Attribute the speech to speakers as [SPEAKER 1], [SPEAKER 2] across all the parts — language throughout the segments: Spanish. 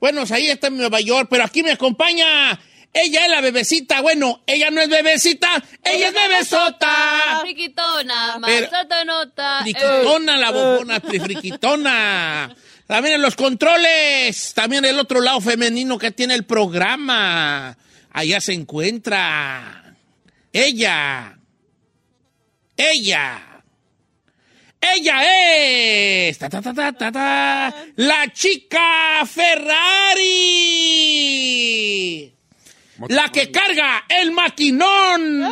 [SPEAKER 1] Bueno, ahí está en Nueva York, pero aquí me acompaña. Ella es la bebecita. Bueno, ella no es bebecita, ella es bebesota.
[SPEAKER 2] Friquitona,
[SPEAKER 1] Ah. Pero-
[SPEAKER 2] manzatanota.
[SPEAKER 1] Friquitona la bobona, tri- friquitona. También en los controles. También el otro lado femenino que tiene el programa. Allá se encuentra. Ella. Ella. Ella es ta, ta, ta, ta, ta, ta, la chica Ferrari. La que carga el maquinón.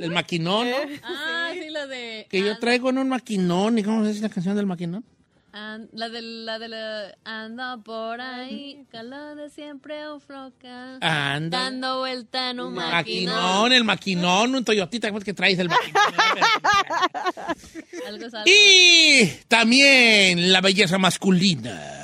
[SPEAKER 1] El maquinón, ¿no?
[SPEAKER 2] Ah, sí, la de.
[SPEAKER 1] Que yo
[SPEAKER 2] and-
[SPEAKER 1] traigo en un maquinón. ¿Y cómo se dice la canción del maquinón?
[SPEAKER 2] and- la de la de la. Anda por ahí, calor de siempre o floca.
[SPEAKER 1] Anda.
[SPEAKER 2] Dando vuelta en un maquinón.
[SPEAKER 1] Maquinón, el maquinón, un Toyotita ¿cómo es que traes el maquinón.
[SPEAKER 2] Algo es algo.
[SPEAKER 1] Y también la belleza masculina.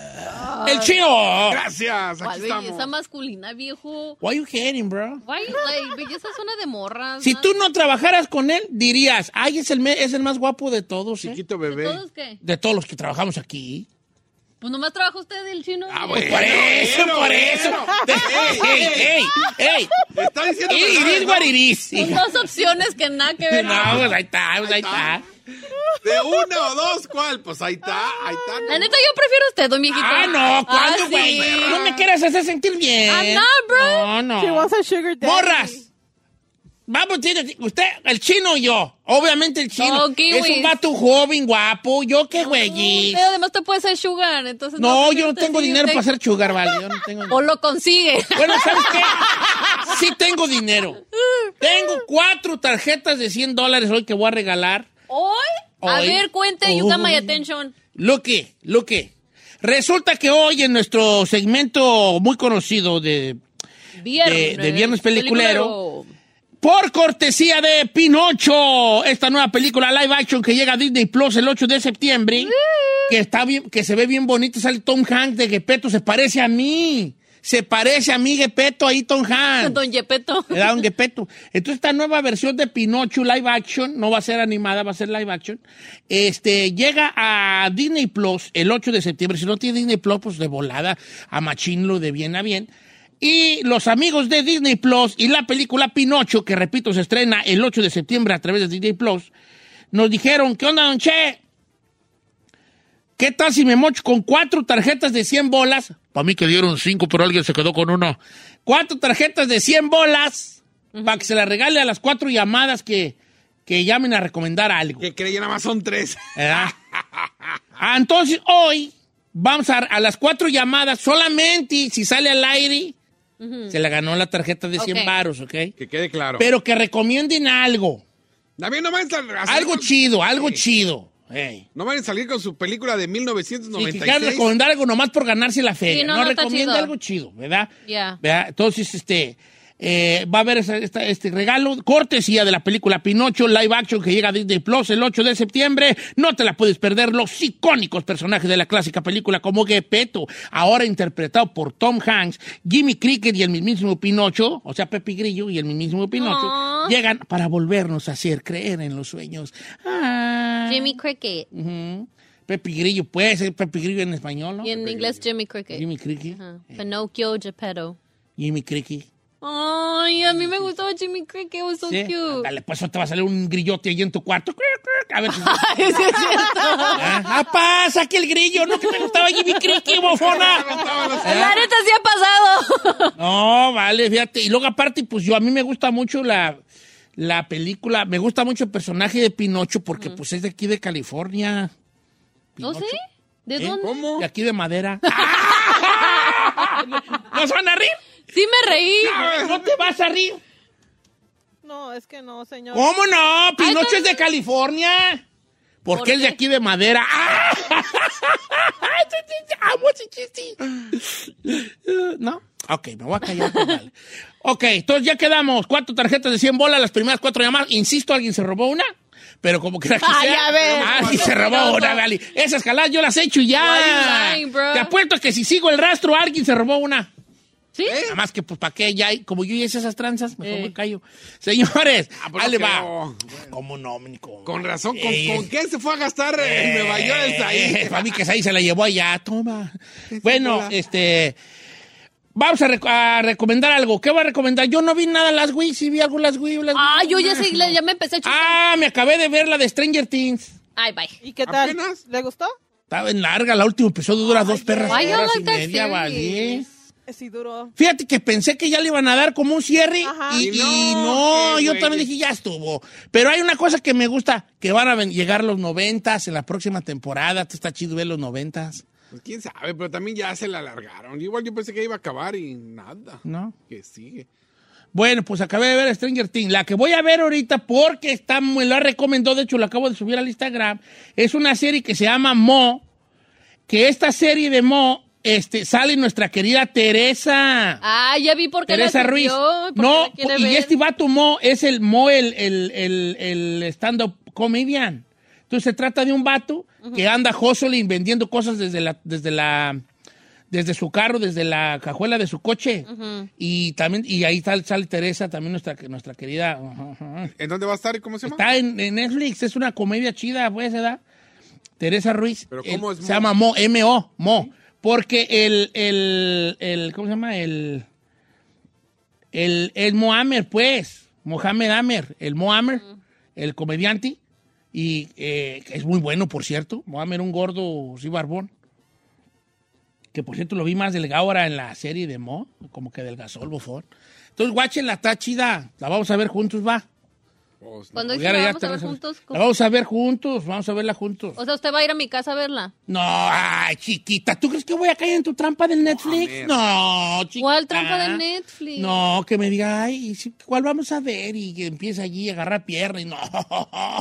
[SPEAKER 1] El chino.
[SPEAKER 3] Gracias,
[SPEAKER 2] ¿Cuál
[SPEAKER 3] aquí
[SPEAKER 2] belleza
[SPEAKER 3] estamos.
[SPEAKER 2] masculina, viejo?
[SPEAKER 1] Why you kidding, bro?
[SPEAKER 2] Why, like, belleza suena de morras.
[SPEAKER 1] Si
[SPEAKER 2] ¿no?
[SPEAKER 1] tú no trabajaras con él, dirías, ay, es el, me- es el más guapo de todos, ¿eh?
[SPEAKER 3] Chiquito bebé.
[SPEAKER 2] ¿Todos qué?
[SPEAKER 1] de todos los que trabajamos aquí. Pues
[SPEAKER 2] Pues nomás trabaja usted el chino.
[SPEAKER 3] Ah,
[SPEAKER 2] güey.
[SPEAKER 1] Por eso,
[SPEAKER 3] bueno,
[SPEAKER 1] por
[SPEAKER 3] bueno.
[SPEAKER 1] eso. ¡Ey, ey, ey!
[SPEAKER 3] Está diciendo
[SPEAKER 1] ¡Ey, it
[SPEAKER 3] verdades,
[SPEAKER 1] is what it is,
[SPEAKER 2] Con
[SPEAKER 1] hija.
[SPEAKER 2] dos opciones que nada que ver.
[SPEAKER 1] No, pues ahí está, pues ahí está.
[SPEAKER 3] ¿no? De una o dos, ¿cuál? Pues ahí está, ahí está.
[SPEAKER 2] La neta, yo prefiero a usted, don viejito.
[SPEAKER 1] Ah, no,
[SPEAKER 2] Ah,
[SPEAKER 1] ¿cuándo, güey?
[SPEAKER 2] sí.
[SPEAKER 1] No me quieras hacer sentir bien.
[SPEAKER 2] I'm not, bro.
[SPEAKER 1] No,
[SPEAKER 4] She
[SPEAKER 1] no.
[SPEAKER 4] wants a sugar daddy.
[SPEAKER 1] Morras. Vamos, tiene- usted, el chino y yo. Obviamente el chino.
[SPEAKER 2] Oh, kiwis.
[SPEAKER 1] es un vato joven, guapo. Yo qué güey.
[SPEAKER 2] Pero además te puedes hacer sugar, entonces...
[SPEAKER 1] No, yo no
[SPEAKER 2] fíjate,
[SPEAKER 1] tengo
[SPEAKER 2] sí,
[SPEAKER 1] dinero
[SPEAKER 2] usted-
[SPEAKER 1] para hacer sugar, vale. Yo no tengo
[SPEAKER 2] O lo consigue.
[SPEAKER 1] Bueno, ¿sabes qué? Sí tengo dinero. Tengo cuatro tarjetas de 100 dólares hoy que voy a regalar.
[SPEAKER 2] ¿Hoy? A
[SPEAKER 1] Hoy.
[SPEAKER 2] ver, cuente, you
[SPEAKER 1] Hoy.
[SPEAKER 2] got my attention.
[SPEAKER 1] Luque, Luque. Resulta que hoy en nuestro segmento muy conocido de
[SPEAKER 2] Viernes.
[SPEAKER 1] de viernes peliculero. Por cortesía de Pinocho, esta nueva película live action que llega a Disney Plus el 8 de septiembre, que está bien, que se ve bien bonito, sale Tom Hanks de Gepeto, se parece a mí. Se parece a mí Gepeto ahí Tom Hanks.
[SPEAKER 2] Don Yepeto.
[SPEAKER 1] Le da un Gepetto. Entonces, esta nueva versión de Pinocho live action, no va a ser animada, va a ser live action, este, llega a Disney Plus el 8 de septiembre. Si no tiene Disney Plus, pues de volada a Machín lo de bien a bien. Y los amigos de Disney Plus y la película Pinocho, que repito, se estrena el 8 de septiembre a través de Disney Plus, nos dijeron, ¿qué onda, don Che? ¿Qué tal si me mocho con cuatro tarjetas de 100 bolas? Para mí que dieron cinco, pero alguien se quedó con uno. Cuatro tarjetas de 100 bolas para que se las regale a las cuatro llamadas que, que llamen a recomendar algo.
[SPEAKER 3] Que cree nada más son tres.
[SPEAKER 1] ¿verdad? Ah, entonces hoy vamos a, a las cuatro llamadas solamente si sale al aire se la ganó la tarjeta de 100
[SPEAKER 2] Ok.
[SPEAKER 1] varos, ¿ok?
[SPEAKER 3] Que quede claro.
[SPEAKER 1] Pero que recomienden algo,
[SPEAKER 3] También no van a salir.
[SPEAKER 1] algo chido, algo
[SPEAKER 3] Sí.
[SPEAKER 1] chido. Ey.
[SPEAKER 3] No van a salir con su película de
[SPEAKER 1] Sí, que quieran
[SPEAKER 3] 1996.
[SPEAKER 1] recomendar algo nomás por ganarse la feria.
[SPEAKER 2] Sí,
[SPEAKER 1] no
[SPEAKER 2] no, no está
[SPEAKER 1] recomienda
[SPEAKER 2] chido.
[SPEAKER 1] algo chido, ¿verdad?
[SPEAKER 2] Ya.
[SPEAKER 1] ¿Verdad? Entonces, este, eh, va a haber esa- esta- este regalo, cortesía de la película Pinocho, live action que llega a Disney Plus el 8 de septiembre. No te la puedes perder, los icónicos personajes de la clásica película como Gepetto, ahora interpretado por Tom Hanks, Jimmy Cricket y el mismísimo Pinocho, o sea, Pepe Grillo y el mismísimo Pinocho,
[SPEAKER 2] Aw.
[SPEAKER 1] llegan para volvernos a hacer creer en los sueños. Ah.
[SPEAKER 2] Jimmy Cricket.
[SPEAKER 1] Ujú. Pepe Grillo, puede ser Pepe Grillo en español, ¿no?
[SPEAKER 2] Y en inglés, Jimmy Cricket.
[SPEAKER 1] Jimmy Criqui.
[SPEAKER 2] Ajá. Pinocchio Geppetto.
[SPEAKER 1] Jimmy Criqui.
[SPEAKER 2] Ay, a mí me gustaba Jimmy Cricket, it was so
[SPEAKER 1] Sí.
[SPEAKER 2] cute.
[SPEAKER 1] Dale, pues te va a salir un grillote ahí en tu cuarto. Cric, cric. A ver. si-
[SPEAKER 2] Ay, sí, es cierto.
[SPEAKER 1] ah, ah, pa, saque el grillo, no que me gustaba Jimmy Criqui, bofona.
[SPEAKER 3] Estaban los-
[SPEAKER 2] La neta sí ha pasado.
[SPEAKER 1] No, vale, fíjate. Y luego aparte, pues yo a mí me gusta mucho la, la película, me gusta mucho el personaje de Pinocho porque pues es de aquí de California.
[SPEAKER 2] ¿No
[SPEAKER 1] Pinocho.
[SPEAKER 2] sé? ¿Oh, ¿De
[SPEAKER 1] ¿Eh?
[SPEAKER 2] dónde?
[SPEAKER 1] De aquí de madera. ¿No se van a rir?
[SPEAKER 2] Sí me reí.
[SPEAKER 1] ¿No te vas a rir?
[SPEAKER 4] No, es que no, señor.
[SPEAKER 1] ¿Cómo no? Pinocho es
[SPEAKER 2] entonces-
[SPEAKER 1] de California.
[SPEAKER 2] ¿Por
[SPEAKER 1] Porque es de
[SPEAKER 2] qué?
[SPEAKER 1] aquí de madera. ¡Ah! Amo ese chiste. ¿No? Ok, me voy a callar. pues, vale. Ok, entonces ya quedamos. Cuatro tarjetas de 100 bolas, las primeras cuatro llamadas. Insisto, alguien se robó una. Pero como que la
[SPEAKER 4] Ay, a ver.
[SPEAKER 1] Alguien se robó una, vale. Esas escaladas yo las he hecho ya.
[SPEAKER 2] Why you lying, bro?
[SPEAKER 1] Te apuesto que si sigo el rastro, alguien se robó una.
[SPEAKER 2] ¿Sí?
[SPEAKER 1] Nada más que, pues, ¿para qué? Ya, hay- como yo ya hice esas tranzas, mejor
[SPEAKER 2] Eh.
[SPEAKER 1] me callo. Señores,
[SPEAKER 3] pero
[SPEAKER 1] ahí le
[SPEAKER 3] creo.
[SPEAKER 1] va.
[SPEAKER 3] Bueno.
[SPEAKER 1] ¿Cómo no, Nico?
[SPEAKER 3] Con razón, ¿con,
[SPEAKER 1] Eh,
[SPEAKER 3] con qué se fue a gastar en Nueva York el
[SPEAKER 1] eh,
[SPEAKER 3] Saí?
[SPEAKER 1] para mí que ahí se la llevó allá, toma. Bueno,
[SPEAKER 3] hola.
[SPEAKER 1] este... Vamos a, rec- a recomendar algo. ¿Qué va a recomendar? Yo no vi nada las Wii, sí vi algo las Wii. las Wii.
[SPEAKER 2] Ah, yo ya sé, le- ya me empecé a chupar.
[SPEAKER 1] Ah, me acabé de ver la de Stranger Things.
[SPEAKER 2] Ay, bye.
[SPEAKER 4] ¿Y qué tal?
[SPEAKER 3] ¿Apenas?
[SPEAKER 4] ¿Le gustó?
[SPEAKER 1] Estaba en larga, la última episodio dura dos perras
[SPEAKER 2] Why you
[SPEAKER 1] horas y
[SPEAKER 2] like that
[SPEAKER 1] media,
[SPEAKER 2] series?
[SPEAKER 1] vale.
[SPEAKER 4] Eh, Sí, duró.
[SPEAKER 1] Fíjate que pensé que ya le iban a dar como un cierre
[SPEAKER 4] Ajá.
[SPEAKER 1] y,
[SPEAKER 3] Y
[SPEAKER 1] y no,
[SPEAKER 3] no, qué
[SPEAKER 1] yo
[SPEAKER 3] güey.
[SPEAKER 1] también dije ya estuvo. Pero hay una cosa que me gusta, que van a ven- llegar los noventas en la próxima temporada, tú está chido ver los noventas,
[SPEAKER 3] Pues quién sabe, pero también ya se la alargaron. Igual yo pensé que iba a acabar y nada.
[SPEAKER 1] ¿no?
[SPEAKER 3] Que sigue.
[SPEAKER 1] Bueno, pues acabé de ver Stranger Things. La que voy a ver ahorita porque está, me la recomendó, de hecho la acabo de subir al Instagram, es una serie que se llama Mo, que esta serie de Mo este, sale nuestra querida Teresa.
[SPEAKER 2] Ah, ya vi por qué la
[SPEAKER 1] Teresa
[SPEAKER 2] subió,
[SPEAKER 1] Ruiz.
[SPEAKER 2] por qué
[SPEAKER 1] No,
[SPEAKER 2] la quiere
[SPEAKER 1] y
[SPEAKER 2] ver.
[SPEAKER 1] este vato Mo es el Mo, el, el, el, el stand-up comedian. Entonces se trata de un vato que anda hustling vendiendo cosas desde la, desde la, desde su carro, desde la cajuela de su coche. Y también, y ahí sale, sale Teresa, también nuestra, nuestra querida. ajá, ajá.
[SPEAKER 3] ¿En dónde va a estar y cómo se llama?
[SPEAKER 1] Está en, en Netflix, es una comedia chida, pues, ¿verdad? Teresa Ruiz.
[SPEAKER 3] Pero ¿cómo
[SPEAKER 1] El-
[SPEAKER 3] es
[SPEAKER 1] Se
[SPEAKER 3] Mo?
[SPEAKER 1] llama Mo, M-O, Mo. Porque el, el, el, ¿cómo se llama? El, el, el Mohamed, pues, Mohamed Amer, el Mohamed, el comediante, y eh, que es muy bueno, por cierto. Mohamed, un gordo, sí, barbón. Que por cierto lo vi más delgado ahora en la serie de Mo, como que delgazó el bofón. Entonces, guáchenla, está chida. La vamos a ver juntos, va.
[SPEAKER 3] Pues, no.
[SPEAKER 2] Cuando dice
[SPEAKER 1] Oigan,
[SPEAKER 2] la
[SPEAKER 1] ya
[SPEAKER 2] vamos a
[SPEAKER 1] está,
[SPEAKER 2] ver
[SPEAKER 1] ya está.
[SPEAKER 2] juntos.
[SPEAKER 1] La vamos a ver juntos, vamos a verla juntos.
[SPEAKER 2] O sea, usted va a ir a mi casa a verla.
[SPEAKER 1] No, ay, chiquita, ¿tú crees que voy a caer en tu trampa del Netflix? No, chiquita.
[SPEAKER 2] ¿Cuál trampa de Netflix?
[SPEAKER 1] No, que me diga, ay, sí, ¿cuál vamos a ver? Y que empieza allí a agarrar pierna y no.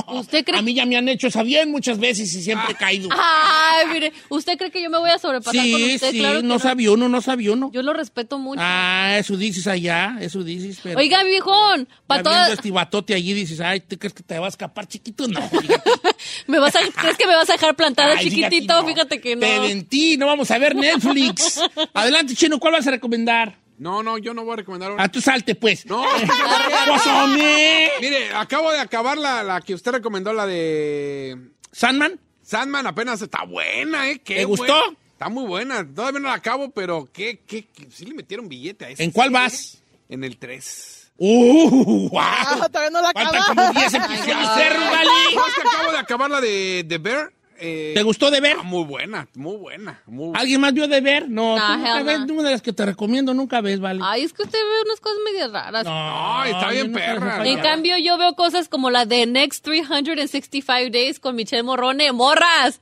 [SPEAKER 2] ¿Usted cree-
[SPEAKER 1] A mí ya me han hecho esa bien muchas veces y siempre he caído.
[SPEAKER 2] Ay, mire, ¿usted cree que yo me voy a sobrepasar con
[SPEAKER 1] sí,
[SPEAKER 2] usted?
[SPEAKER 1] sí,
[SPEAKER 2] claro que
[SPEAKER 1] no sabía uno, no sabía uno.
[SPEAKER 2] Yo lo respeto mucho.
[SPEAKER 1] Ah, eso dices allá, eso dices, pero...
[SPEAKER 2] Oiga, viejón,
[SPEAKER 1] para
[SPEAKER 2] para
[SPEAKER 1] viendo
[SPEAKER 2] todas...
[SPEAKER 1] este batote allí dices, ay, ¿tú crees que te va a escapar, chiquito? No, fíjate.
[SPEAKER 2] ¿Me vas a... ¿Crees que me vas a dejar plantada,
[SPEAKER 1] Ay,
[SPEAKER 2] chiquitito?
[SPEAKER 1] no.
[SPEAKER 2] Fíjate que no.
[SPEAKER 1] Te mentí, no vamos a ver Netflix. Adelante, Chino, ¿cuál vas a recomendar?
[SPEAKER 3] no, no, yo no voy a recomendar una.
[SPEAKER 1] A tu salte, pues.
[SPEAKER 3] No.
[SPEAKER 1] Guasome.
[SPEAKER 3] Mire, acabo de acabar la, la que usted recomendó, la de
[SPEAKER 1] ¿Sandman?
[SPEAKER 3] Sandman. Apenas está buena, ¿eh? Qué
[SPEAKER 1] ¿Te
[SPEAKER 3] buena.
[SPEAKER 1] gustó?
[SPEAKER 3] Está muy buena. Todavía no la acabo, pero qué, qué, qué- sí le metieron billete a esa
[SPEAKER 1] ¿En cuál
[SPEAKER 3] serie,
[SPEAKER 1] vas?
[SPEAKER 3] ¿eh? En el 3.
[SPEAKER 1] ¡Uh! ¡Wow!
[SPEAKER 4] Ah, todavía no la
[SPEAKER 1] Faltan
[SPEAKER 4] acaba.
[SPEAKER 1] como 10 episodios, cerro,
[SPEAKER 3] Ah, No,
[SPEAKER 1] vale.
[SPEAKER 3] es que acabo de acabar la de, de Bear. eh,
[SPEAKER 1] ¿Te gustó de ver?
[SPEAKER 3] está muy buena, muy buena. Muy buena.
[SPEAKER 1] ¿Alguien más vio de ver? No,
[SPEAKER 2] Nah,
[SPEAKER 1] tú nunca
[SPEAKER 2] hell
[SPEAKER 1] ves,
[SPEAKER 2] nah.
[SPEAKER 1] tú una de las que te recomiendo, nunca ves, vale.
[SPEAKER 2] Ay, es que usted ve unas cosas medias raras.
[SPEAKER 3] No, está
[SPEAKER 1] yo
[SPEAKER 3] bien
[SPEAKER 1] nunca
[SPEAKER 3] perra.
[SPEAKER 1] les he
[SPEAKER 2] En
[SPEAKER 1] fallado.
[SPEAKER 2] cambio, yo veo cosas como la de Next 365 Days con Michelle Morrone. ¡Morras!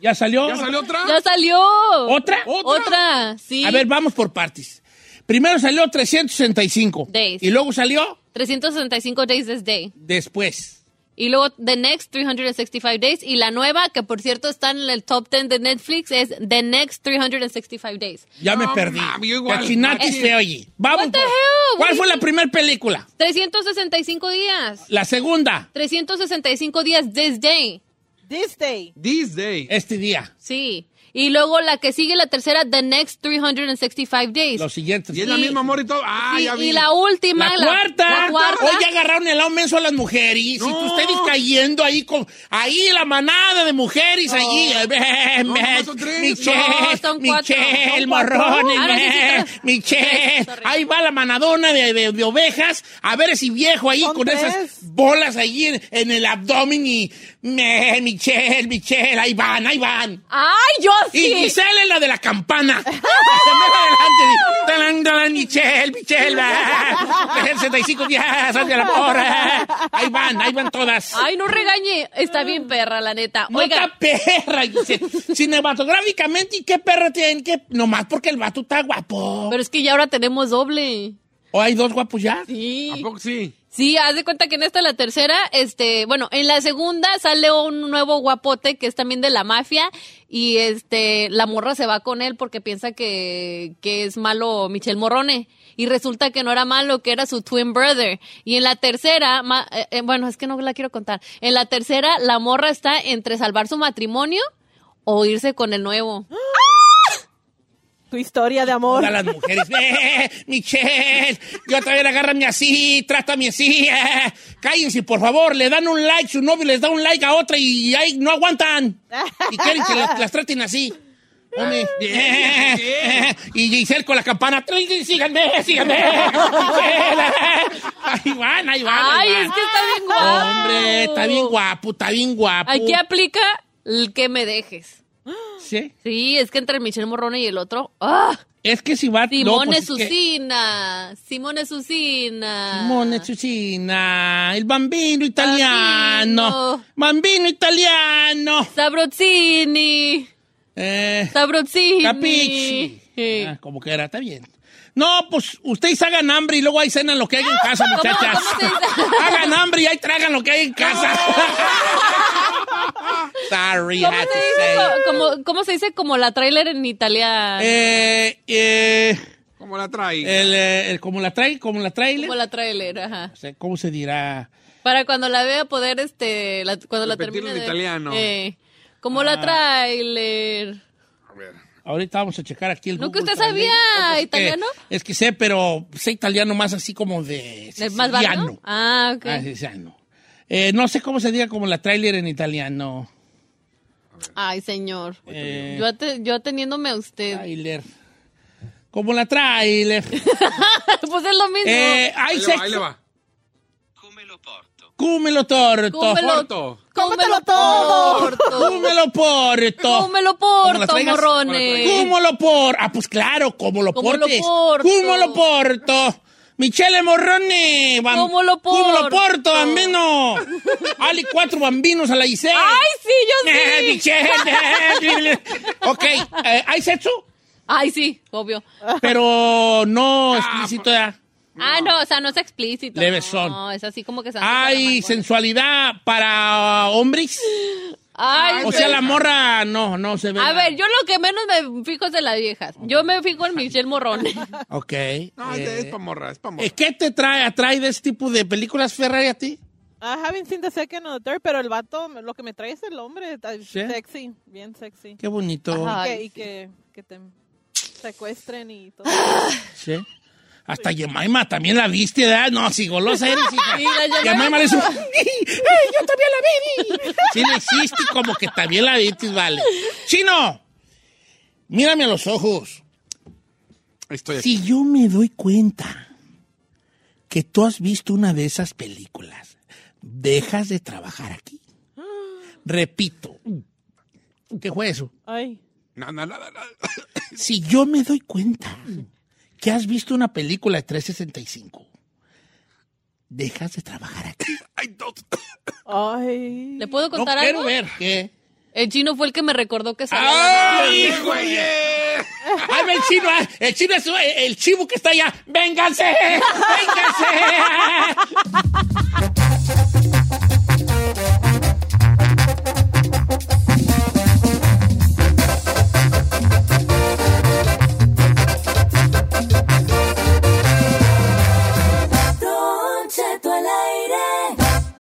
[SPEAKER 1] ¿Ya salió?
[SPEAKER 3] ¿Ya salió otra?
[SPEAKER 2] ¡Ya salió!
[SPEAKER 1] ¿Otra?
[SPEAKER 2] ¿Otra? sí.
[SPEAKER 1] A ver, vamos por partes. Primero salió 365.
[SPEAKER 2] Days.
[SPEAKER 1] Y luego salió
[SPEAKER 2] 365 Days this day.
[SPEAKER 1] después.
[SPEAKER 2] Y luego The Next 365 Days. Y la nueva, que por cierto está en el top 10 de Netflix, es The Next 365 Days.
[SPEAKER 1] Ya me
[SPEAKER 3] No,
[SPEAKER 1] perdí.
[SPEAKER 3] mami, yo igual.
[SPEAKER 1] Cachinatis
[SPEAKER 3] Eh,
[SPEAKER 1] te oye. Vamos.
[SPEAKER 2] what the
[SPEAKER 1] por-
[SPEAKER 2] hell?
[SPEAKER 1] ¿Cuál
[SPEAKER 2] What
[SPEAKER 1] fue
[SPEAKER 2] is
[SPEAKER 1] la
[SPEAKER 2] it?
[SPEAKER 1] primera película?
[SPEAKER 2] 365 días.
[SPEAKER 1] La segunda,
[SPEAKER 2] 365 días this day.
[SPEAKER 4] This day.
[SPEAKER 3] This Day.
[SPEAKER 1] este día.
[SPEAKER 2] Sí. Y luego la que sigue, la tercera, The Next 365 Days.
[SPEAKER 1] Los siguientes.
[SPEAKER 3] Y es la
[SPEAKER 2] y-
[SPEAKER 3] misma amor y todo. Ah,
[SPEAKER 2] Sí,
[SPEAKER 3] ya vi.
[SPEAKER 2] y la última,
[SPEAKER 1] La cuarta.
[SPEAKER 2] la cuarta.
[SPEAKER 1] Hoy ya agarraron el lado menso a las mujeres. Y
[SPEAKER 3] No.
[SPEAKER 1] ustedes cayendo ahí con. Ahí la manada de mujeres. Allí.
[SPEAKER 3] No, nomás son tres.
[SPEAKER 1] Michelle.
[SPEAKER 2] No, son cuatro.
[SPEAKER 1] Michelle
[SPEAKER 2] Son cuatro.
[SPEAKER 1] Morrones.
[SPEAKER 2] Ah, no, sí, sí,
[SPEAKER 1] Michelle,
[SPEAKER 2] tres.
[SPEAKER 1] Michelle.
[SPEAKER 2] Sorry.
[SPEAKER 1] Ahí va la manadona de, de- de ovejas. A ver si viejo ahí
[SPEAKER 4] Son
[SPEAKER 1] con esas
[SPEAKER 4] tres.
[SPEAKER 1] bolas ahí en, en el abdomen. Y. me- Michelle, Michelle. Ahí van, ahí van.
[SPEAKER 2] ¡Ay, yo
[SPEAKER 1] Y
[SPEAKER 2] sí!
[SPEAKER 1] Giselle es la de la campana. Se me va adelante, y talan, talan, Michelle, Michelle, va. Dejen 75 días, sal de la porra. Ahí van, ahí van todas.
[SPEAKER 2] Ay, no regañe. Está bien perra, la neta.
[SPEAKER 1] No
[SPEAKER 2] Ah, Oiga,
[SPEAKER 1] está perra, dice. Cinematográficamente, ¿y qué perra tiene? ¿Qué? Nomás porque el vato está guapo.
[SPEAKER 2] pero es que ya ahora tenemos doble.
[SPEAKER 1] ¿O hay dos guapos ya?
[SPEAKER 2] Sí.
[SPEAKER 3] ¿A poco sí?
[SPEAKER 2] Sí, haz de cuenta que en esta, la tercera, este, bueno, en la segunda sale un nuevo guapote que es también de la mafia y este, la morra se va con él porque piensa que, que es malo Michel Morrone y resulta que no era malo, que era su twin brother. Y en la tercera, ma- eh, eh, bueno, es que no la quiero contar. En la tercera, la morra está entre salvar su matrimonio o irse con el nuevo.
[SPEAKER 4] Tu historia de amor.
[SPEAKER 1] Todas las mujeres. ¡Eh, Michelle! Yo también agárrame así, trátame así. eh. Cállense, por favor. Le dan un like, su novio les da un like a otra y ahí no aguantan. Y quieren que las, las traten así. Hombre. Eh, eh, y Giselle con la campana. "Trin, ¡Síganme, síganme! Giselle, eh. Ahí van, ahí van. ahí
[SPEAKER 2] Ay,
[SPEAKER 1] van.
[SPEAKER 2] es que está bien guapo.
[SPEAKER 1] Hombre, está bien guapo, está bien guapo.
[SPEAKER 2] Aquí aplica el que me dejes.
[SPEAKER 1] Sí.
[SPEAKER 2] Sí, es que entre el Michel Morrone y el otro. ¡Ah!
[SPEAKER 1] Es que si va... no,
[SPEAKER 2] Simone
[SPEAKER 1] pues es que-
[SPEAKER 2] Susina. Simone Susina.
[SPEAKER 1] Simone Susina, il bambino italiano. Bambino, italiano.
[SPEAKER 2] Sabrozzini.
[SPEAKER 1] Eh,
[SPEAKER 2] Sabrozzini.
[SPEAKER 1] capici.
[SPEAKER 2] Sí.
[SPEAKER 1] Ah, como que era, está bien. No, pues ustedes hagan hambre y luego ahí cenan lo que hay en casa, muchachas.
[SPEAKER 2] cómo se dice?
[SPEAKER 1] hagan hambre y ahí tragan lo que hay en casa. Sorry, I
[SPEAKER 2] ¿Cómo,
[SPEAKER 1] had to
[SPEAKER 2] se
[SPEAKER 1] say.
[SPEAKER 2] dice, Ah, co- como, cómo se dice como la trailer en italiano?
[SPEAKER 1] Eh, eh,
[SPEAKER 3] ¿Cómo la trae?
[SPEAKER 1] el, eh, el- como la trae, como la trailer.
[SPEAKER 2] Como la trailer, ajá.
[SPEAKER 1] O sea, ¿Cómo se dirá?
[SPEAKER 2] Para cuando la vea poder, este, la- cuando la
[SPEAKER 3] Repetirlo
[SPEAKER 2] termine
[SPEAKER 3] en
[SPEAKER 2] de-
[SPEAKER 3] italiano.
[SPEAKER 2] Eh, como
[SPEAKER 1] Ah.
[SPEAKER 2] la trailer.
[SPEAKER 3] A ver.
[SPEAKER 1] Ahorita vamos a checar aquí el
[SPEAKER 2] ¿No que
[SPEAKER 1] Google
[SPEAKER 2] usted
[SPEAKER 1] Translate.
[SPEAKER 2] sabía
[SPEAKER 1] No, pues es que-
[SPEAKER 2] italiano?
[SPEAKER 1] Es que sé, pero sé italiano más así como de
[SPEAKER 2] ¿Es más barato?
[SPEAKER 1] siciliano.
[SPEAKER 2] Ah, ok.
[SPEAKER 1] Ah, siciliano. Eh, no sé cómo se diga como la trailer en italiano.
[SPEAKER 2] Ay, señor.
[SPEAKER 1] Eh,
[SPEAKER 2] Yo, ate- yo ateniéndome a usted.
[SPEAKER 1] trailer. Como la trailer.
[SPEAKER 2] pues es lo mismo.
[SPEAKER 1] eh, hay
[SPEAKER 3] Ahí le va,
[SPEAKER 1] sexo.
[SPEAKER 3] ahí le va.
[SPEAKER 1] Cúmelo torto.
[SPEAKER 2] Cúmelo,
[SPEAKER 3] Corto.
[SPEAKER 2] cómelo
[SPEAKER 4] Cómetelo
[SPEAKER 2] todo.
[SPEAKER 4] todo.
[SPEAKER 1] Cúmelo porto.
[SPEAKER 2] Cómelo
[SPEAKER 1] Como las
[SPEAKER 2] porto,
[SPEAKER 1] traigas.
[SPEAKER 2] morrones.
[SPEAKER 1] ¿Cómo lo por? Ah, pues claro, como lo
[SPEAKER 2] ¿Cómo lo
[SPEAKER 1] portes.
[SPEAKER 2] porto?
[SPEAKER 1] ¿Cómo lo porto? Michele Morrone. bam-
[SPEAKER 2] ¿Cómo lo
[SPEAKER 1] ¿Cómo lo
[SPEAKER 2] porto?
[SPEAKER 1] porto, bambino? Ali cuatro bambinos a la Giselle.
[SPEAKER 2] Ay, sí, yo sí.
[SPEAKER 1] Eh, Michelle. ok, eh, ¿hay sexo?
[SPEAKER 2] Ay, sí, obvio.
[SPEAKER 1] Pero no explícito ya.
[SPEAKER 2] Ah, no, o sea, no es explícito.
[SPEAKER 1] Leves
[SPEAKER 2] no,
[SPEAKER 1] son.
[SPEAKER 2] es así como que se hace
[SPEAKER 1] ¿Hay
[SPEAKER 2] con la mano.
[SPEAKER 1] sensualidad para hombres?
[SPEAKER 2] Ay,
[SPEAKER 1] O
[SPEAKER 2] sí.
[SPEAKER 1] sea, la morra no, no se ve.
[SPEAKER 2] A
[SPEAKER 1] nada.
[SPEAKER 2] ver, yo lo que menos me fijo es de las viejas. Yo me fijo en Michelle Morrone.
[SPEAKER 1] Ok.
[SPEAKER 3] No,
[SPEAKER 1] eh,
[SPEAKER 3] es, es pa' morra, es pa' morra.
[SPEAKER 1] ¿eh, ¿Qué te trae, atrae de este tipo de películas Ferrari a ti?
[SPEAKER 4] I haven't seen the second or the third, pero el vato, lo que me trae es el hombre. está Sexy, bien sexy.
[SPEAKER 1] Qué bonito.
[SPEAKER 2] Ajá.
[SPEAKER 4] Que-
[SPEAKER 2] Ay,
[SPEAKER 4] y
[SPEAKER 2] sí.
[SPEAKER 4] que, que te secuestren y todo.
[SPEAKER 1] Sí. Hasta Yemaima también la viste, ¿verdad? No, si golosa eres, hija. Yemaima le hizo... ¡Ay, yo también la vi! Sí, le hiciste como que también la viste, vale. ¡Chino! Mírame a los ojos.
[SPEAKER 3] Estoy aquí.
[SPEAKER 1] Si yo me doy cuenta que tú has visto una de esas películas, dejas de trabajar aquí. Repito. ¿Qué fue eso?
[SPEAKER 4] Ay.
[SPEAKER 3] No, no, no, no, no.
[SPEAKER 1] Si yo me doy cuenta que has visto una película de 365, dejas de trabajar aquí.
[SPEAKER 3] Ay, no.
[SPEAKER 4] Ay.
[SPEAKER 2] ¿Le puedo
[SPEAKER 1] No
[SPEAKER 2] contar
[SPEAKER 1] quiero
[SPEAKER 2] algo?
[SPEAKER 1] ver. Ah, ¿Qué?
[SPEAKER 2] El chino fue el que me recordó que salía.
[SPEAKER 1] ¡Ay, güey!
[SPEAKER 3] güey!
[SPEAKER 1] ¡Ay, ve el chino! ah! El chino es eh, el chivo que está allá. ¡Vénganse! ¡Vénganse!